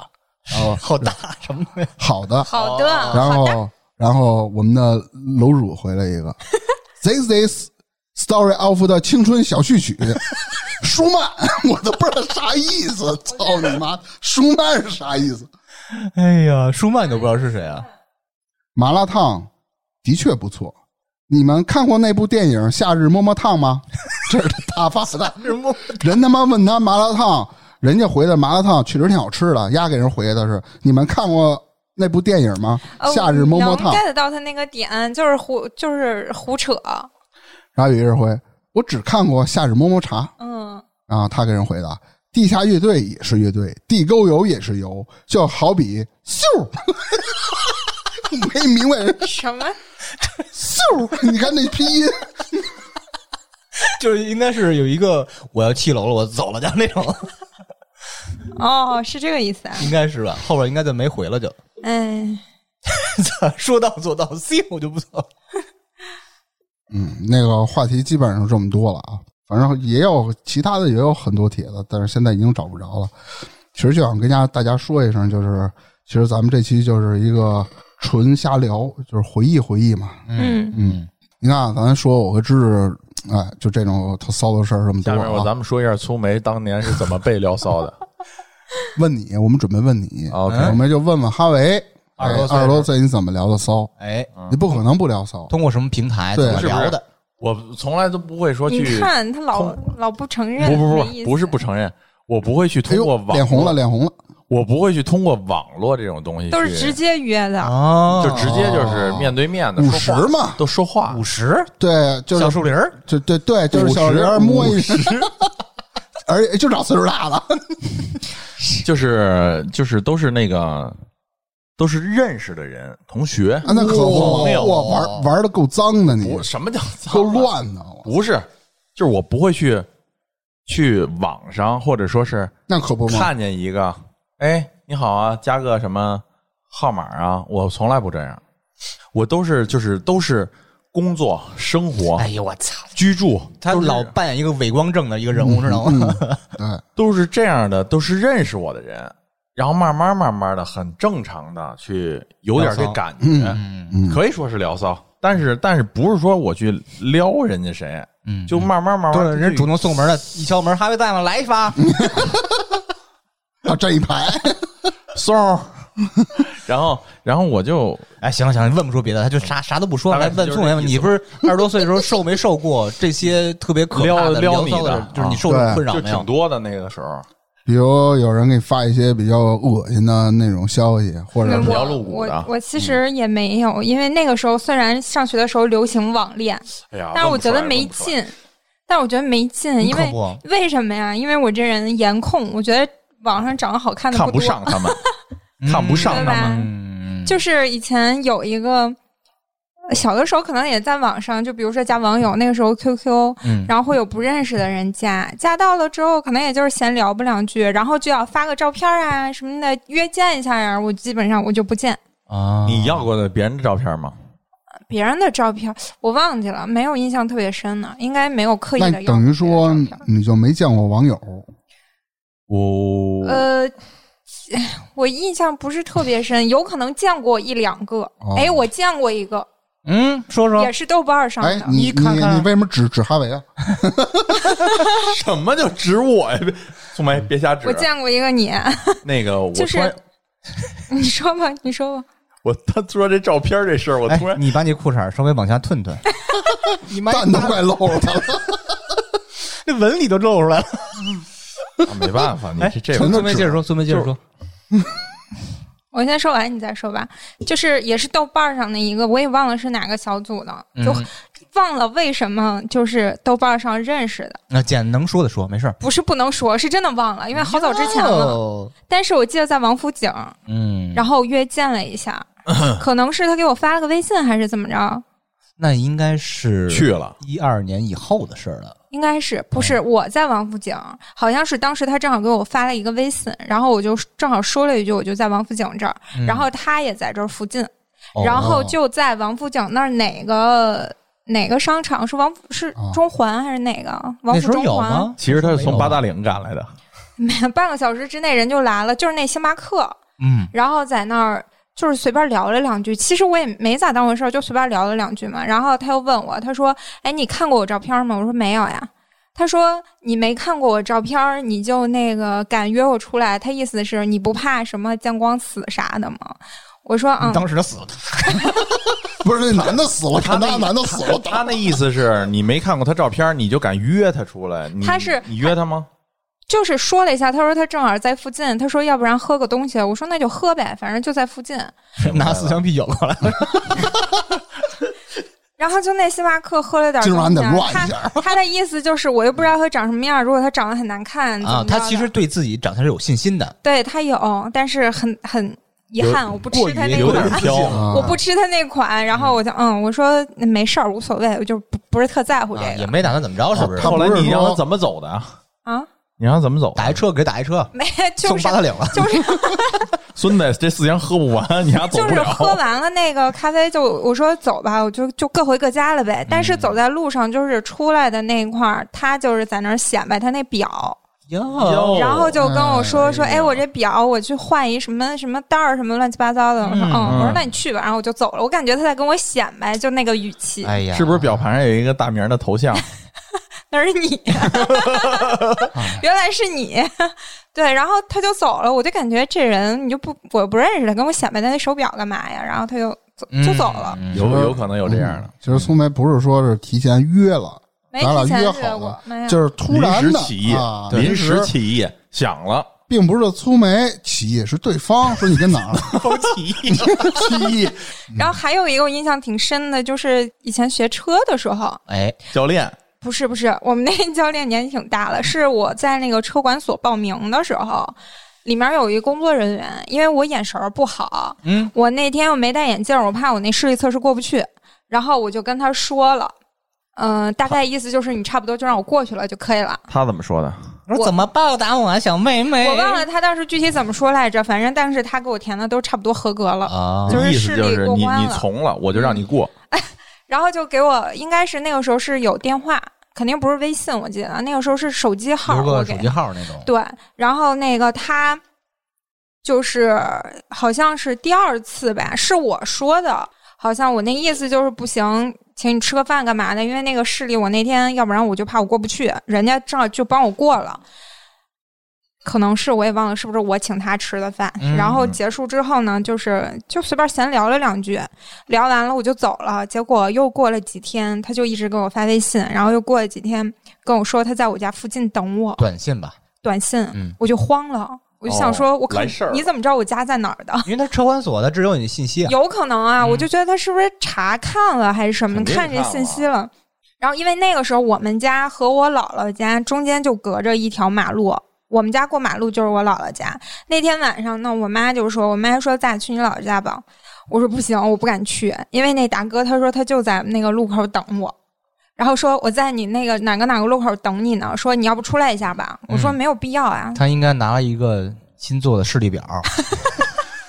Speaker 1: 然后
Speaker 2: 好大什么的，
Speaker 1: 好的，
Speaker 3: 好的，
Speaker 5: 哦
Speaker 1: 然
Speaker 3: 啊好的，
Speaker 1: 后，然后我们的楼主回了一 个，This is story of 的青春小序 曲，舒曼，我都不知道啥意思，操你妈，舒曼是啥意思？
Speaker 2: 哎呀，舒曼都不知道是谁啊？
Speaker 1: 麻辣烫的确不错，你们看过那部电影《夏日么么烫》 吗？这是他发的，人他妈问他麻辣烫，人家回的麻辣烫确实挺好吃的，丫给人回的是你们看过那部电影吗？
Speaker 3: 呃
Speaker 1: 《夏日么么烫》
Speaker 3: 能 get 到他那个点，就是胡，就是胡扯。
Speaker 1: 然后有一人回，我只看过《夏日么么茶》，
Speaker 3: 嗯，
Speaker 1: 然后他给人回答：地下乐队也是乐队，地沟油也是油，就好比咻， 没明白人
Speaker 3: 什么？
Speaker 1: 咻，你看那拼音，
Speaker 2: 就是应该是有一个我要七楼了，我走了就那种，
Speaker 3: 哦，是这个意思啊。
Speaker 2: 应该是吧？后边应该就没回了就，
Speaker 3: 哎，
Speaker 2: 说到做到，C 我就不做了。
Speaker 1: 嗯，那个话题基本上就这么多了啊。反正也有其他的，也有很多帖子，但是现在已经找不着了。其实就想跟家大家说一声，就是其实咱们这期就是一个纯瞎聊，就是回忆回忆嘛。
Speaker 3: 嗯，
Speaker 1: 你看啊，咱说我和芝芝，哎，就这种特骚的事儿这么多、
Speaker 5: 下
Speaker 1: 啊。
Speaker 5: 面我咱们说一下粗梅当年是怎么被聊骚的。
Speaker 1: 问你，我们准备问你哎
Speaker 5: OK
Speaker 1: 我们就问问哈维，哎
Speaker 2: 二十多岁
Speaker 1: 二十多岁你怎么聊的骚？
Speaker 2: 哎，
Speaker 1: 你不可能不聊骚，
Speaker 2: 通过什么平台
Speaker 1: 对
Speaker 2: 怎么
Speaker 5: 是不
Speaker 2: 聊
Speaker 5: 是
Speaker 2: 的？
Speaker 5: 我从来都不会说
Speaker 3: 你
Speaker 5: 去，
Speaker 3: 看他老老不承认，
Speaker 5: 不不
Speaker 3: 没意
Speaker 5: 不，
Speaker 3: 思
Speaker 5: 不是不承认，我不会去
Speaker 1: 哎
Speaker 5: 通
Speaker 1: 呦
Speaker 5: 过网，
Speaker 1: 脸红了，，脸红了。
Speaker 5: 我不会去通过网络这种东西去，
Speaker 3: 都是直接约的。
Speaker 2: 哦
Speaker 5: 就直接就是面对面的
Speaker 1: 五十
Speaker 5: 说话
Speaker 1: 嘛，
Speaker 5: 都说话，
Speaker 2: 五十
Speaker 1: 对，就是
Speaker 2: 小树林儿，
Speaker 1: 就对对，就是小
Speaker 5: 50
Speaker 1: 人儿摸一下，而且就长岁数大了。
Speaker 5: 就是就是都是那个都是认识的人，同学，
Speaker 3: 嗯
Speaker 1: 啊那可
Speaker 5: 朋
Speaker 1: 不，
Speaker 5: 友，
Speaker 1: 我玩玩的够脏的你
Speaker 5: 不，什么叫
Speaker 1: 够
Speaker 5: 脏啊？
Speaker 1: 乱的。我
Speaker 5: 不是，
Speaker 4: 就是我不会去去网上或者说是
Speaker 1: 那可不嘛，
Speaker 4: 看见一个，哎，你好啊，加个什么号码啊？我从来不这样，我都是就是都是工作、生活、
Speaker 2: 哎呦我操！
Speaker 4: 居住，
Speaker 2: 他
Speaker 4: 都是
Speaker 2: 老扮演一个伪光正的一个人物，知道吗？
Speaker 1: 对，
Speaker 4: 都是这样的，都是认识我的人，然后慢慢慢慢的，很正常的去有点这感
Speaker 2: 嗯
Speaker 4: 觉，可以说是聊骚，但是但是不是说我去撩人家谁，
Speaker 2: 嗯
Speaker 4: 就慢慢慢慢
Speaker 2: 对，
Speaker 4: 地
Speaker 2: 人
Speaker 4: 去
Speaker 2: 主动送门的，一敲门，哈维在吗？来一发，
Speaker 1: 啊，站一排，
Speaker 4: 送，然后然后我就
Speaker 2: 哎，行了行了，问不出别的，他就啥啥都不说，
Speaker 4: 大概
Speaker 2: 来问
Speaker 4: 就是
Speaker 2: 宋爷，
Speaker 4: 这意思
Speaker 2: 你不是二十多岁的时候受没受过这些特别可怕的
Speaker 4: 撩撩
Speaker 2: 聊骚的
Speaker 4: 你的
Speaker 2: 人，就是你受
Speaker 1: 啊
Speaker 2: 过困扰
Speaker 4: 就
Speaker 2: 没
Speaker 4: 挺
Speaker 2: 有？
Speaker 4: 多的那个时候，
Speaker 1: 比如有人给你发一些比较恶心的那种消息，或者
Speaker 3: 对
Speaker 1: 是
Speaker 4: 聊
Speaker 3: 我
Speaker 4: 嗯露骨的嗯
Speaker 3: 我我其实也没有，因为那个时候虽然上学的时候流行网恋，
Speaker 4: 哎呀，
Speaker 3: 但是我觉得
Speaker 4: 问不出来
Speaker 3: 没，劲。但是我觉得没劲，因
Speaker 2: 可
Speaker 3: 为
Speaker 2: 不，
Speaker 3: 为什么呀？因为我这人颜控，我觉得网上长得好看的
Speaker 4: 问不出来看
Speaker 3: 多，
Speaker 4: 不上 他们，看不上
Speaker 3: 对
Speaker 4: 他们。
Speaker 3: 吧？
Speaker 2: 嗯，
Speaker 3: 就是以前有一个小的时候，可能也在网上，就比如说加网友，那个时候 QQ，、
Speaker 2: 嗯
Speaker 3: 然后会有不认识的人加，加到了之后，可能也就是闲聊不两句，然后就要发个照片啊什么的，约见一下呀、我基本上我就不见
Speaker 2: 啊，
Speaker 4: 你要过的别人的照片吗？
Speaker 3: 别人的照片，我忘记了，没有印象特别深呢，应该没有刻意
Speaker 1: 那
Speaker 3: 的要
Speaker 1: 等于说
Speaker 3: 别人照片
Speaker 1: 你就没见过网友，
Speaker 4: 我
Speaker 3: 呃。 我印象不是特别深，有可能见过一两个。
Speaker 1: 哦
Speaker 3: 哎，我见过一个，
Speaker 2: 嗯，说说
Speaker 3: 也是豆瓣上
Speaker 1: 哎
Speaker 3: 的，。
Speaker 1: 你
Speaker 2: 你看看
Speaker 1: 你为什么指指哈维啊？
Speaker 4: 什么叫指我呀？别宋梅，别瞎
Speaker 3: 嗯
Speaker 4: 指
Speaker 3: 我。见过一个你，
Speaker 4: 那个，我突
Speaker 3: 就是
Speaker 4: 然
Speaker 3: 你说吧，你说吧。
Speaker 4: 我他说这照片这事儿，我
Speaker 2: 哎
Speaker 4: 突然，
Speaker 2: 你把你裤衩稍微往下褪褪，你妈
Speaker 1: 蛋都快露出来了，
Speaker 2: 那纹理都露出来了。
Speaker 4: 啊没办 法，你
Speaker 2: 哎，
Speaker 4: 是这
Speaker 1: 纯
Speaker 2: 孙
Speaker 1: 的
Speaker 2: 梅接着说，孙梅接着说，
Speaker 3: 我先说完，你再说吧。就是也是豆瓣上的一个，我也忘了是哪个小组的，就
Speaker 2: 嗯
Speaker 3: 忘了为什么就是豆瓣上认识的，
Speaker 2: 那简能说的说，没事儿。
Speaker 3: 不是不能说，是真的忘了，因为好早之前了。
Speaker 2: 哦，
Speaker 3: 但是我记得在王府井，
Speaker 2: 嗯，
Speaker 3: 然后约见了一下，可能是他给我发了个微信还是怎么着，
Speaker 2: 那应该是
Speaker 4: 去啊了
Speaker 2: 一二年以后的事儿了。
Speaker 3: 应该是不
Speaker 2: 哦
Speaker 3: 是我在王府井，好像是当时他正好给我发了一个微信，然后我就正好说了一句，我就在王府井这儿，然后他也在这儿附近。
Speaker 2: 嗯哦
Speaker 3: 然后就在王府井那儿哪个哪个商场是王府是
Speaker 1: 啊
Speaker 3: 中环还是哪个？王
Speaker 2: 哦那时
Speaker 3: 府
Speaker 2: 候
Speaker 3: 中
Speaker 2: 有
Speaker 3: 环
Speaker 2: 吗？
Speaker 4: 其实他是从八达岭赶来的，
Speaker 3: 没有半个小时之内人就来了，就是那星巴克，
Speaker 2: 嗯，
Speaker 3: 然后在那儿就是随便聊了两句，其实我也没咋当回事儿，就随便聊了两句嘛。然后他又问我，他说：“哎，你看过我照片吗？”我说：“没有呀。”他说：“你没看过我照片儿，你就那个敢约我出来？”他意思是你不怕什么见光死啥的吗？我说：“嗯，
Speaker 2: 当时他死了，
Speaker 1: 不是那男的死了，看
Speaker 4: 那
Speaker 1: 那男的死了，
Speaker 4: 他那意思是你没看过他照片，你就敢约他出来？你
Speaker 3: 他是
Speaker 4: 你约他吗？
Speaker 3: 就是说了一下，他说他正好在附近，他说要不然喝个东西，我说那就喝呗，反正就在附近。
Speaker 2: 拿四枪啤酒过来，
Speaker 3: 然后就那星巴克喝了点
Speaker 1: 今儿晚
Speaker 3: 东
Speaker 1: 上得
Speaker 3: 西啊，
Speaker 1: 乱一下
Speaker 3: 他他的意思就是我又不知道他长什么样，如果他长得很难看嗯怎
Speaker 2: 啊
Speaker 3: 么，着
Speaker 2: 他
Speaker 3: 的
Speaker 2: 其实对自己长相是有信心的。
Speaker 3: 对他有，但是很很遗憾，我不吃他那
Speaker 4: 有点
Speaker 3: 款，
Speaker 4: 飘，
Speaker 1: 啊
Speaker 3: 我不吃他那款。然后我就嗯，我说那没事儿，无所谓，我就不不是特在乎这
Speaker 2: 啊，也
Speaker 3: 个
Speaker 2: 没打算怎么着，是不是？
Speaker 1: 他
Speaker 4: 后
Speaker 1: 不
Speaker 4: 来
Speaker 1: 是
Speaker 4: 你让哦他
Speaker 1: 说
Speaker 4: 怎么走的啊？
Speaker 3: 啊，
Speaker 4: 你让他怎么走的？
Speaker 2: 打一车给打一车，
Speaker 3: 没 就
Speaker 2: 送
Speaker 3: 是
Speaker 2: 八达岭了。
Speaker 3: 就是
Speaker 4: 孙子，这四箱喝不完，你 还走
Speaker 3: 就
Speaker 4: 不
Speaker 3: 是喝
Speaker 4: 了。
Speaker 3: 完了那个咖啡就，我说走吧，我就就各回各家了呗。但是走在路上，就是出来的那一块儿，他就是在那儿显摆他那表，
Speaker 2: 哟，
Speaker 3: 然后就跟我说、
Speaker 2: 哎
Speaker 3: 说，哎，我这表我去换一什么什么袋儿什么乱七八糟的。我说，
Speaker 2: 嗯
Speaker 3: 嗯，我说
Speaker 4: 嗯
Speaker 3: 那你去吧。然后我就走了。我感觉他在跟我显摆，就那个语气，
Speaker 2: 哎呀，
Speaker 4: 是不是表盘上有一个大名的头像？
Speaker 3: 那是你， 原来是你。对，然后他就走了，我就感觉这人你就不我不认识他，跟我显摆他那手表干嘛呀？然后他就走就走了，
Speaker 2: 嗯
Speaker 4: 有有可能有这样的，
Speaker 1: 嗯其实苏梅不是说是提前约了，
Speaker 3: 没
Speaker 1: 咱俩
Speaker 3: 提前
Speaker 1: 约
Speaker 3: 约
Speaker 1: 好
Speaker 3: 过
Speaker 1: 了，
Speaker 3: 没有。
Speaker 1: 就是突然
Speaker 4: 临
Speaker 1: 的
Speaker 4: 时起意
Speaker 1: 啊，，
Speaker 4: 临时起意，想了，
Speaker 1: 并不是苏梅起义，是对方说你跟哪儿
Speaker 4: 都起 意，
Speaker 1: 起义，
Speaker 3: 然后还有一个我印象挺深的，就是以前学车的时候，
Speaker 2: 哎，
Speaker 4: 教练
Speaker 3: 不是不是，我们那 教练年纪挺大了，是我在那个车管所报名的时候，里面有一工作人员，因为我眼神儿不好，
Speaker 2: 嗯，
Speaker 3: 我那天又没戴眼镜儿，我怕我那视力测试过不去，然后我就跟他说了，嗯、大概意思就是你差不多就让我过去了就可以了。
Speaker 7: 他怎么说的？
Speaker 2: 我说怎么报答我啊，小妹妹？
Speaker 3: 我忘了他当时具体怎么说来着，反正但是他给我填的都差不多合格了，
Speaker 2: 啊
Speaker 3: 就是
Speaker 4: 意思
Speaker 3: 视力
Speaker 4: 就是
Speaker 3: 过
Speaker 4: 你
Speaker 3: 关
Speaker 4: 你
Speaker 3: 了
Speaker 4: 从了，我就让你过。
Speaker 3: 然后就给我应该是那个时候是有电话，肯定不是微信，我记得那个时候是手机号，
Speaker 2: 留
Speaker 3: 我
Speaker 2: 个
Speaker 3: 给
Speaker 2: 手机号那种。
Speaker 3: 对，然后那个他就是好像是第二次吧，是我说的，好像我那意思就是不行，请你吃个饭干嘛的？因为那个视力，我那天要不然我就怕我过不去，人家正好就帮我过了。可能是我也忘了是不是我请他吃的饭，然后结束之后呢，就是就随便闲聊了两句，聊完了我就走了。结果又过了几天，他就一直给我发微信，然后又过了几天跟我说他在我家附近等我。
Speaker 2: 短信吧，
Speaker 3: 短信，
Speaker 2: 嗯
Speaker 3: 我就慌了，我就想说，我可
Speaker 4: 哦来事儿了
Speaker 3: 你怎么知道我家在哪儿 的？
Speaker 2: 因为他车管所，他只有你信息啊。
Speaker 3: 有可能啊，我就觉得他是不是查看了还是什么，
Speaker 4: 嗯肯定
Speaker 3: 看这信息了。然后因为那个时候我们家和我姥姥家中间就隔着一条马路，我们家过马路就是我姥姥家。那天晚上呢，我妈就说，我妈说咱俩去你姥姥家吧，我说不行，我不敢去，因为那大哥他说他就在那个路口等我。然后说我在你那个哪个哪个路口等你呢？说你要不出来一下吧？我说
Speaker 2: 嗯
Speaker 3: 没有必要啊，
Speaker 2: 他应该拿了一个新做的视力 表，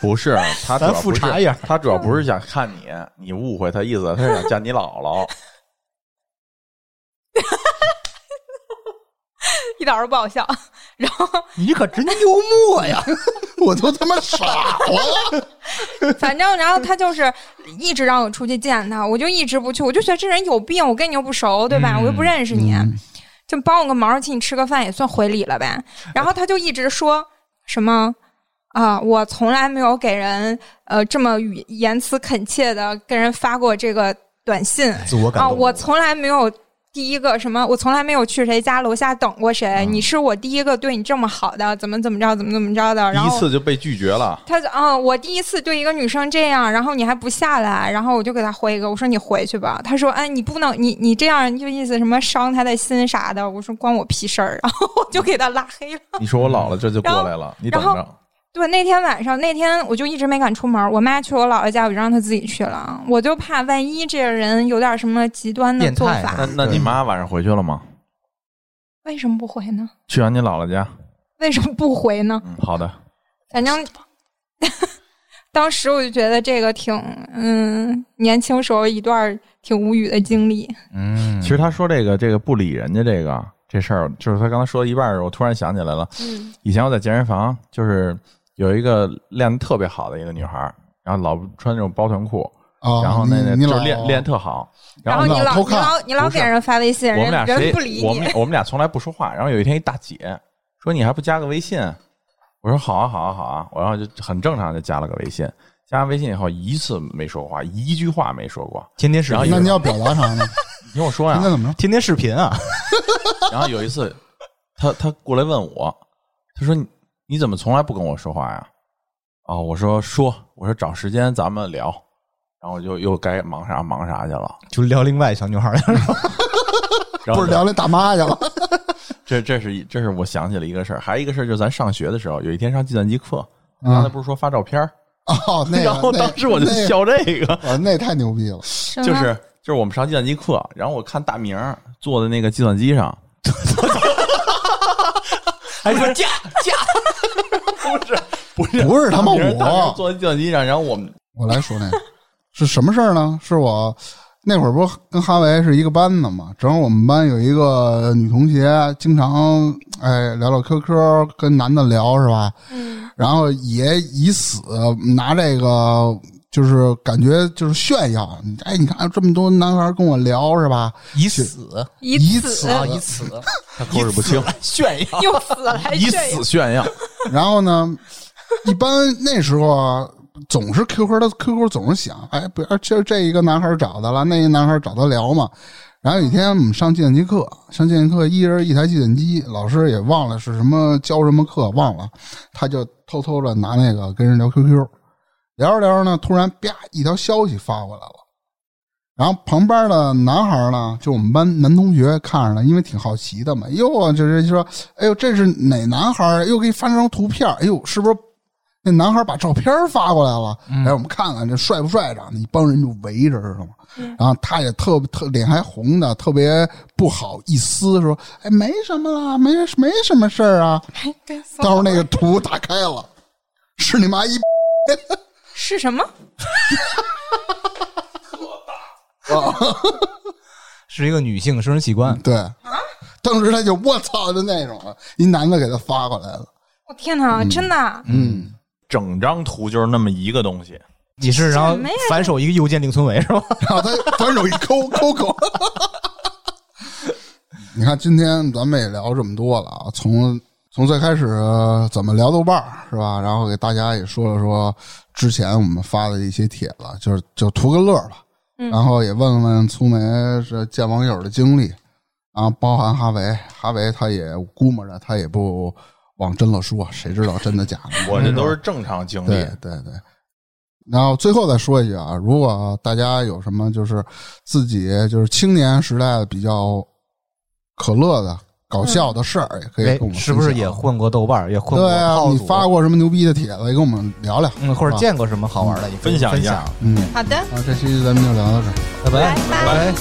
Speaker 4: 不是，啊他主
Speaker 8: 咱
Speaker 4: 要
Speaker 8: 复
Speaker 4: 不
Speaker 8: 查
Speaker 4: 是，
Speaker 8: 一下。
Speaker 4: 他主要不
Speaker 3: 嗯
Speaker 4: 是想看你，你误会他意思，他是想见你姥姥。
Speaker 3: 一点儿都不好笑。 然后
Speaker 2: 你可真幽默呀！
Speaker 1: 我都他妈傻了。
Speaker 3: 反正，然后他就是一直让我出去见他，我就一直不去，我就觉得这人有病，我跟你又不熟，对
Speaker 4: 嗯
Speaker 3: 吧？我又不认识你，
Speaker 1: 嗯
Speaker 3: 就帮我个忙，请你吃个饭也算回礼了呗。然后他就一直说什么。啊，我从来没有给人呃这么语言辞恳切的跟人发过这个短信
Speaker 2: 自我感
Speaker 3: 啊，
Speaker 2: 动。
Speaker 3: 我从来没有第一个什么，我从来没有去谁家楼下等过谁，
Speaker 4: 嗯
Speaker 3: 你是我第一个对你这么好的，怎么怎么着，怎么怎么着 的，然
Speaker 4: 第一
Speaker 3: 后
Speaker 4: 次就被拒绝了，
Speaker 3: 他就嗯，我第一次对一个女生这样，然后你还不下来，然后我就给他回一个，我说你回去吧。他说，哎，你不能，你你这样就意思什么伤他的心啥的。我说关我屁事儿，然 后我就给他拉黑了。
Speaker 4: 你说我姥姥这就过来了，你等
Speaker 3: 然
Speaker 4: 着。
Speaker 3: 对，那天晚上，那天我就一直没敢出门，我妈去我姥姥家，我就让她自己去了，我就怕万一这个人有点什么极端的
Speaker 2: 变态
Speaker 3: 做
Speaker 2: 啊
Speaker 3: 法，
Speaker 4: 那那你妈晚上回去了吗？
Speaker 3: 为什么不回呢？
Speaker 4: 去完你姥姥家？
Speaker 3: 为什么不回呢？
Speaker 4: 嗯，好的。
Speaker 3: 反正 当时我就觉得这个挺，嗯，年轻时候一段挺无语的经历。
Speaker 2: 嗯，
Speaker 4: 其实他说这个这个不理人家这个这事儿，就是他刚才说到一半儿，我突然想起来了，
Speaker 3: 嗯
Speaker 4: 以前我在健身房，就是有一个练的特别好的一个女孩儿，然后老穿那种包臀裤，
Speaker 1: 啊
Speaker 4: 然后那那
Speaker 1: 你
Speaker 4: 就
Speaker 1: 老
Speaker 4: 是练练特好，
Speaker 3: 然
Speaker 4: 然后
Speaker 3: 你
Speaker 1: 呢
Speaker 3: 老
Speaker 1: 偷
Speaker 3: 你
Speaker 1: 看
Speaker 3: 老你老
Speaker 4: 不是
Speaker 3: 给人发微信，
Speaker 4: 我
Speaker 3: 人
Speaker 4: 们俩
Speaker 3: 人
Speaker 4: 谁
Speaker 3: 不理
Speaker 4: 我们
Speaker 3: 你，
Speaker 4: 我们俩从来不说话。然后有一天一大姐说你还不加个微信，我说好啊好啊好啊，我然后就很正常就加了个微信。加完微信以后一次没说话，一句话没说过。
Speaker 2: 天天视
Speaker 1: 啊那你
Speaker 2: 频，
Speaker 1: 要表达啥 呢？
Speaker 4: 你听我说呀
Speaker 1: 现，在怎么着？
Speaker 2: 天天视频啊！
Speaker 4: 然后有一次，他他过来问我，他说你你怎么从来不跟我说话呀？哦，我说说，我说找时间咱们聊，然后就又该忙啥忙啥 去了。
Speaker 2: 就聊另外小女孩儿，
Speaker 4: 然
Speaker 1: 不
Speaker 4: 后
Speaker 1: 是聊那大妈去了？
Speaker 4: 这这是一这是我想起了一个事儿，还有一个事儿就是咱上学的时候，有一天上计算机课，
Speaker 1: 嗯
Speaker 4: 刚才不是说发照片儿，
Speaker 1: 哦，那个
Speaker 4: 然后当时我就
Speaker 1: 那个嗯
Speaker 4: 笑这个，
Speaker 1: 啊，那太牛逼了！
Speaker 4: 就是就是我们上计算机课，然后我看大明儿坐在那个计算机上，
Speaker 2: 还说嫁嫁。
Speaker 4: 不是
Speaker 1: 不是他妈
Speaker 4: 大明儿大明儿
Speaker 1: 我，
Speaker 4: 坐在计算机上，然后我们
Speaker 1: 我来说那个是什么事儿呢？是我那会儿不是跟哈维是一个班的嘛，正好我们班有一个女同学，经常哎聊聊 QQ，跟男的聊是吧？
Speaker 3: 嗯，
Speaker 1: 然后也以死拿这个。就是感觉就是炫耀，哎，你看这么多男孩跟我聊是吧？
Speaker 2: 以死
Speaker 3: 以
Speaker 1: 以
Speaker 3: 此
Speaker 1: 此啊
Speaker 2: 以 此
Speaker 4: 他口齿不清，
Speaker 2: 炫耀，
Speaker 3: 用死来
Speaker 4: 以
Speaker 3: 炫耀
Speaker 4: 死，炫 耀。
Speaker 1: 然后呢，一般那时候啊，总是 QQ 的 QQ 总是想，哎，不要这这一个男孩找他了，那一个男孩找他聊嘛。然后有一天我们上计算机课，上计算机课一人一台计算机，老师也忘了是什么教什么课忘了，他就偷偷的拿那个跟人聊 QQ，聊着聊着呢，突然啪一条消息发过来了。然后旁边的男孩呢，就我们班男同学看着了，因为挺好奇的嘛。哟，就是说，哎呦，这是哪男孩儿？又给你发张图片儿，哎呦，是不是那男孩把照片发过来了，来我们看看这帅不帅长得，一帮人就围着，知道吗？然后他也特特脸还红的，特别不好意思说：“哎，没什么啦，没没什么事儿啊。
Speaker 3: 对”
Speaker 1: 到时候那个图打开了， 是你妈一
Speaker 3: 是什么？
Speaker 2: 是一个女性生殖器官，
Speaker 1: 对当时他就我操就那种了，一男的给他发过来了，
Speaker 3: 我天哪，真的啊！
Speaker 1: 嗯，
Speaker 5: 整张图就是那么一个东西，
Speaker 2: 你是然后
Speaker 3: 什么呀
Speaker 2: 反手一个右键令存为是吧？
Speaker 1: 然后他反手一抠抠抠。 你看，今天咱们也聊这么多了啊，从从最开始呃怎么聊豆瓣儿是吧？然后给大家也说了说之前我们发的一些帖子，就是就图个乐儿吧。然后也问问粗梅是见网友的经历，啊，包含哈维，哈维他也估摸着他也不往真了说，谁知道真的假的？
Speaker 5: 我这都是正常经历
Speaker 1: 对。对对。然后最后再说一句啊，如果大家有什么就是自己就是青年时代的比较可乐的、搞笑的事儿，也可以
Speaker 2: 哎
Speaker 1: 跟我们
Speaker 2: 是不是
Speaker 1: 分享啊
Speaker 2: 也混过豆瓣儿，也混过
Speaker 1: 对啊？
Speaker 2: 号
Speaker 1: 你
Speaker 2: 组
Speaker 1: 发过什么牛逼的帖子，也跟我们聊聊。
Speaker 2: 嗯，或者
Speaker 1: 啊
Speaker 2: 见过什么好玩的，也可以
Speaker 5: 分享一
Speaker 2: 分
Speaker 5: 下
Speaker 2: 享，
Speaker 1: 嗯，
Speaker 3: 好的，
Speaker 1: 啊，这期咱们就聊到这儿。
Speaker 2: 拜
Speaker 3: 拜拜
Speaker 2: 拜。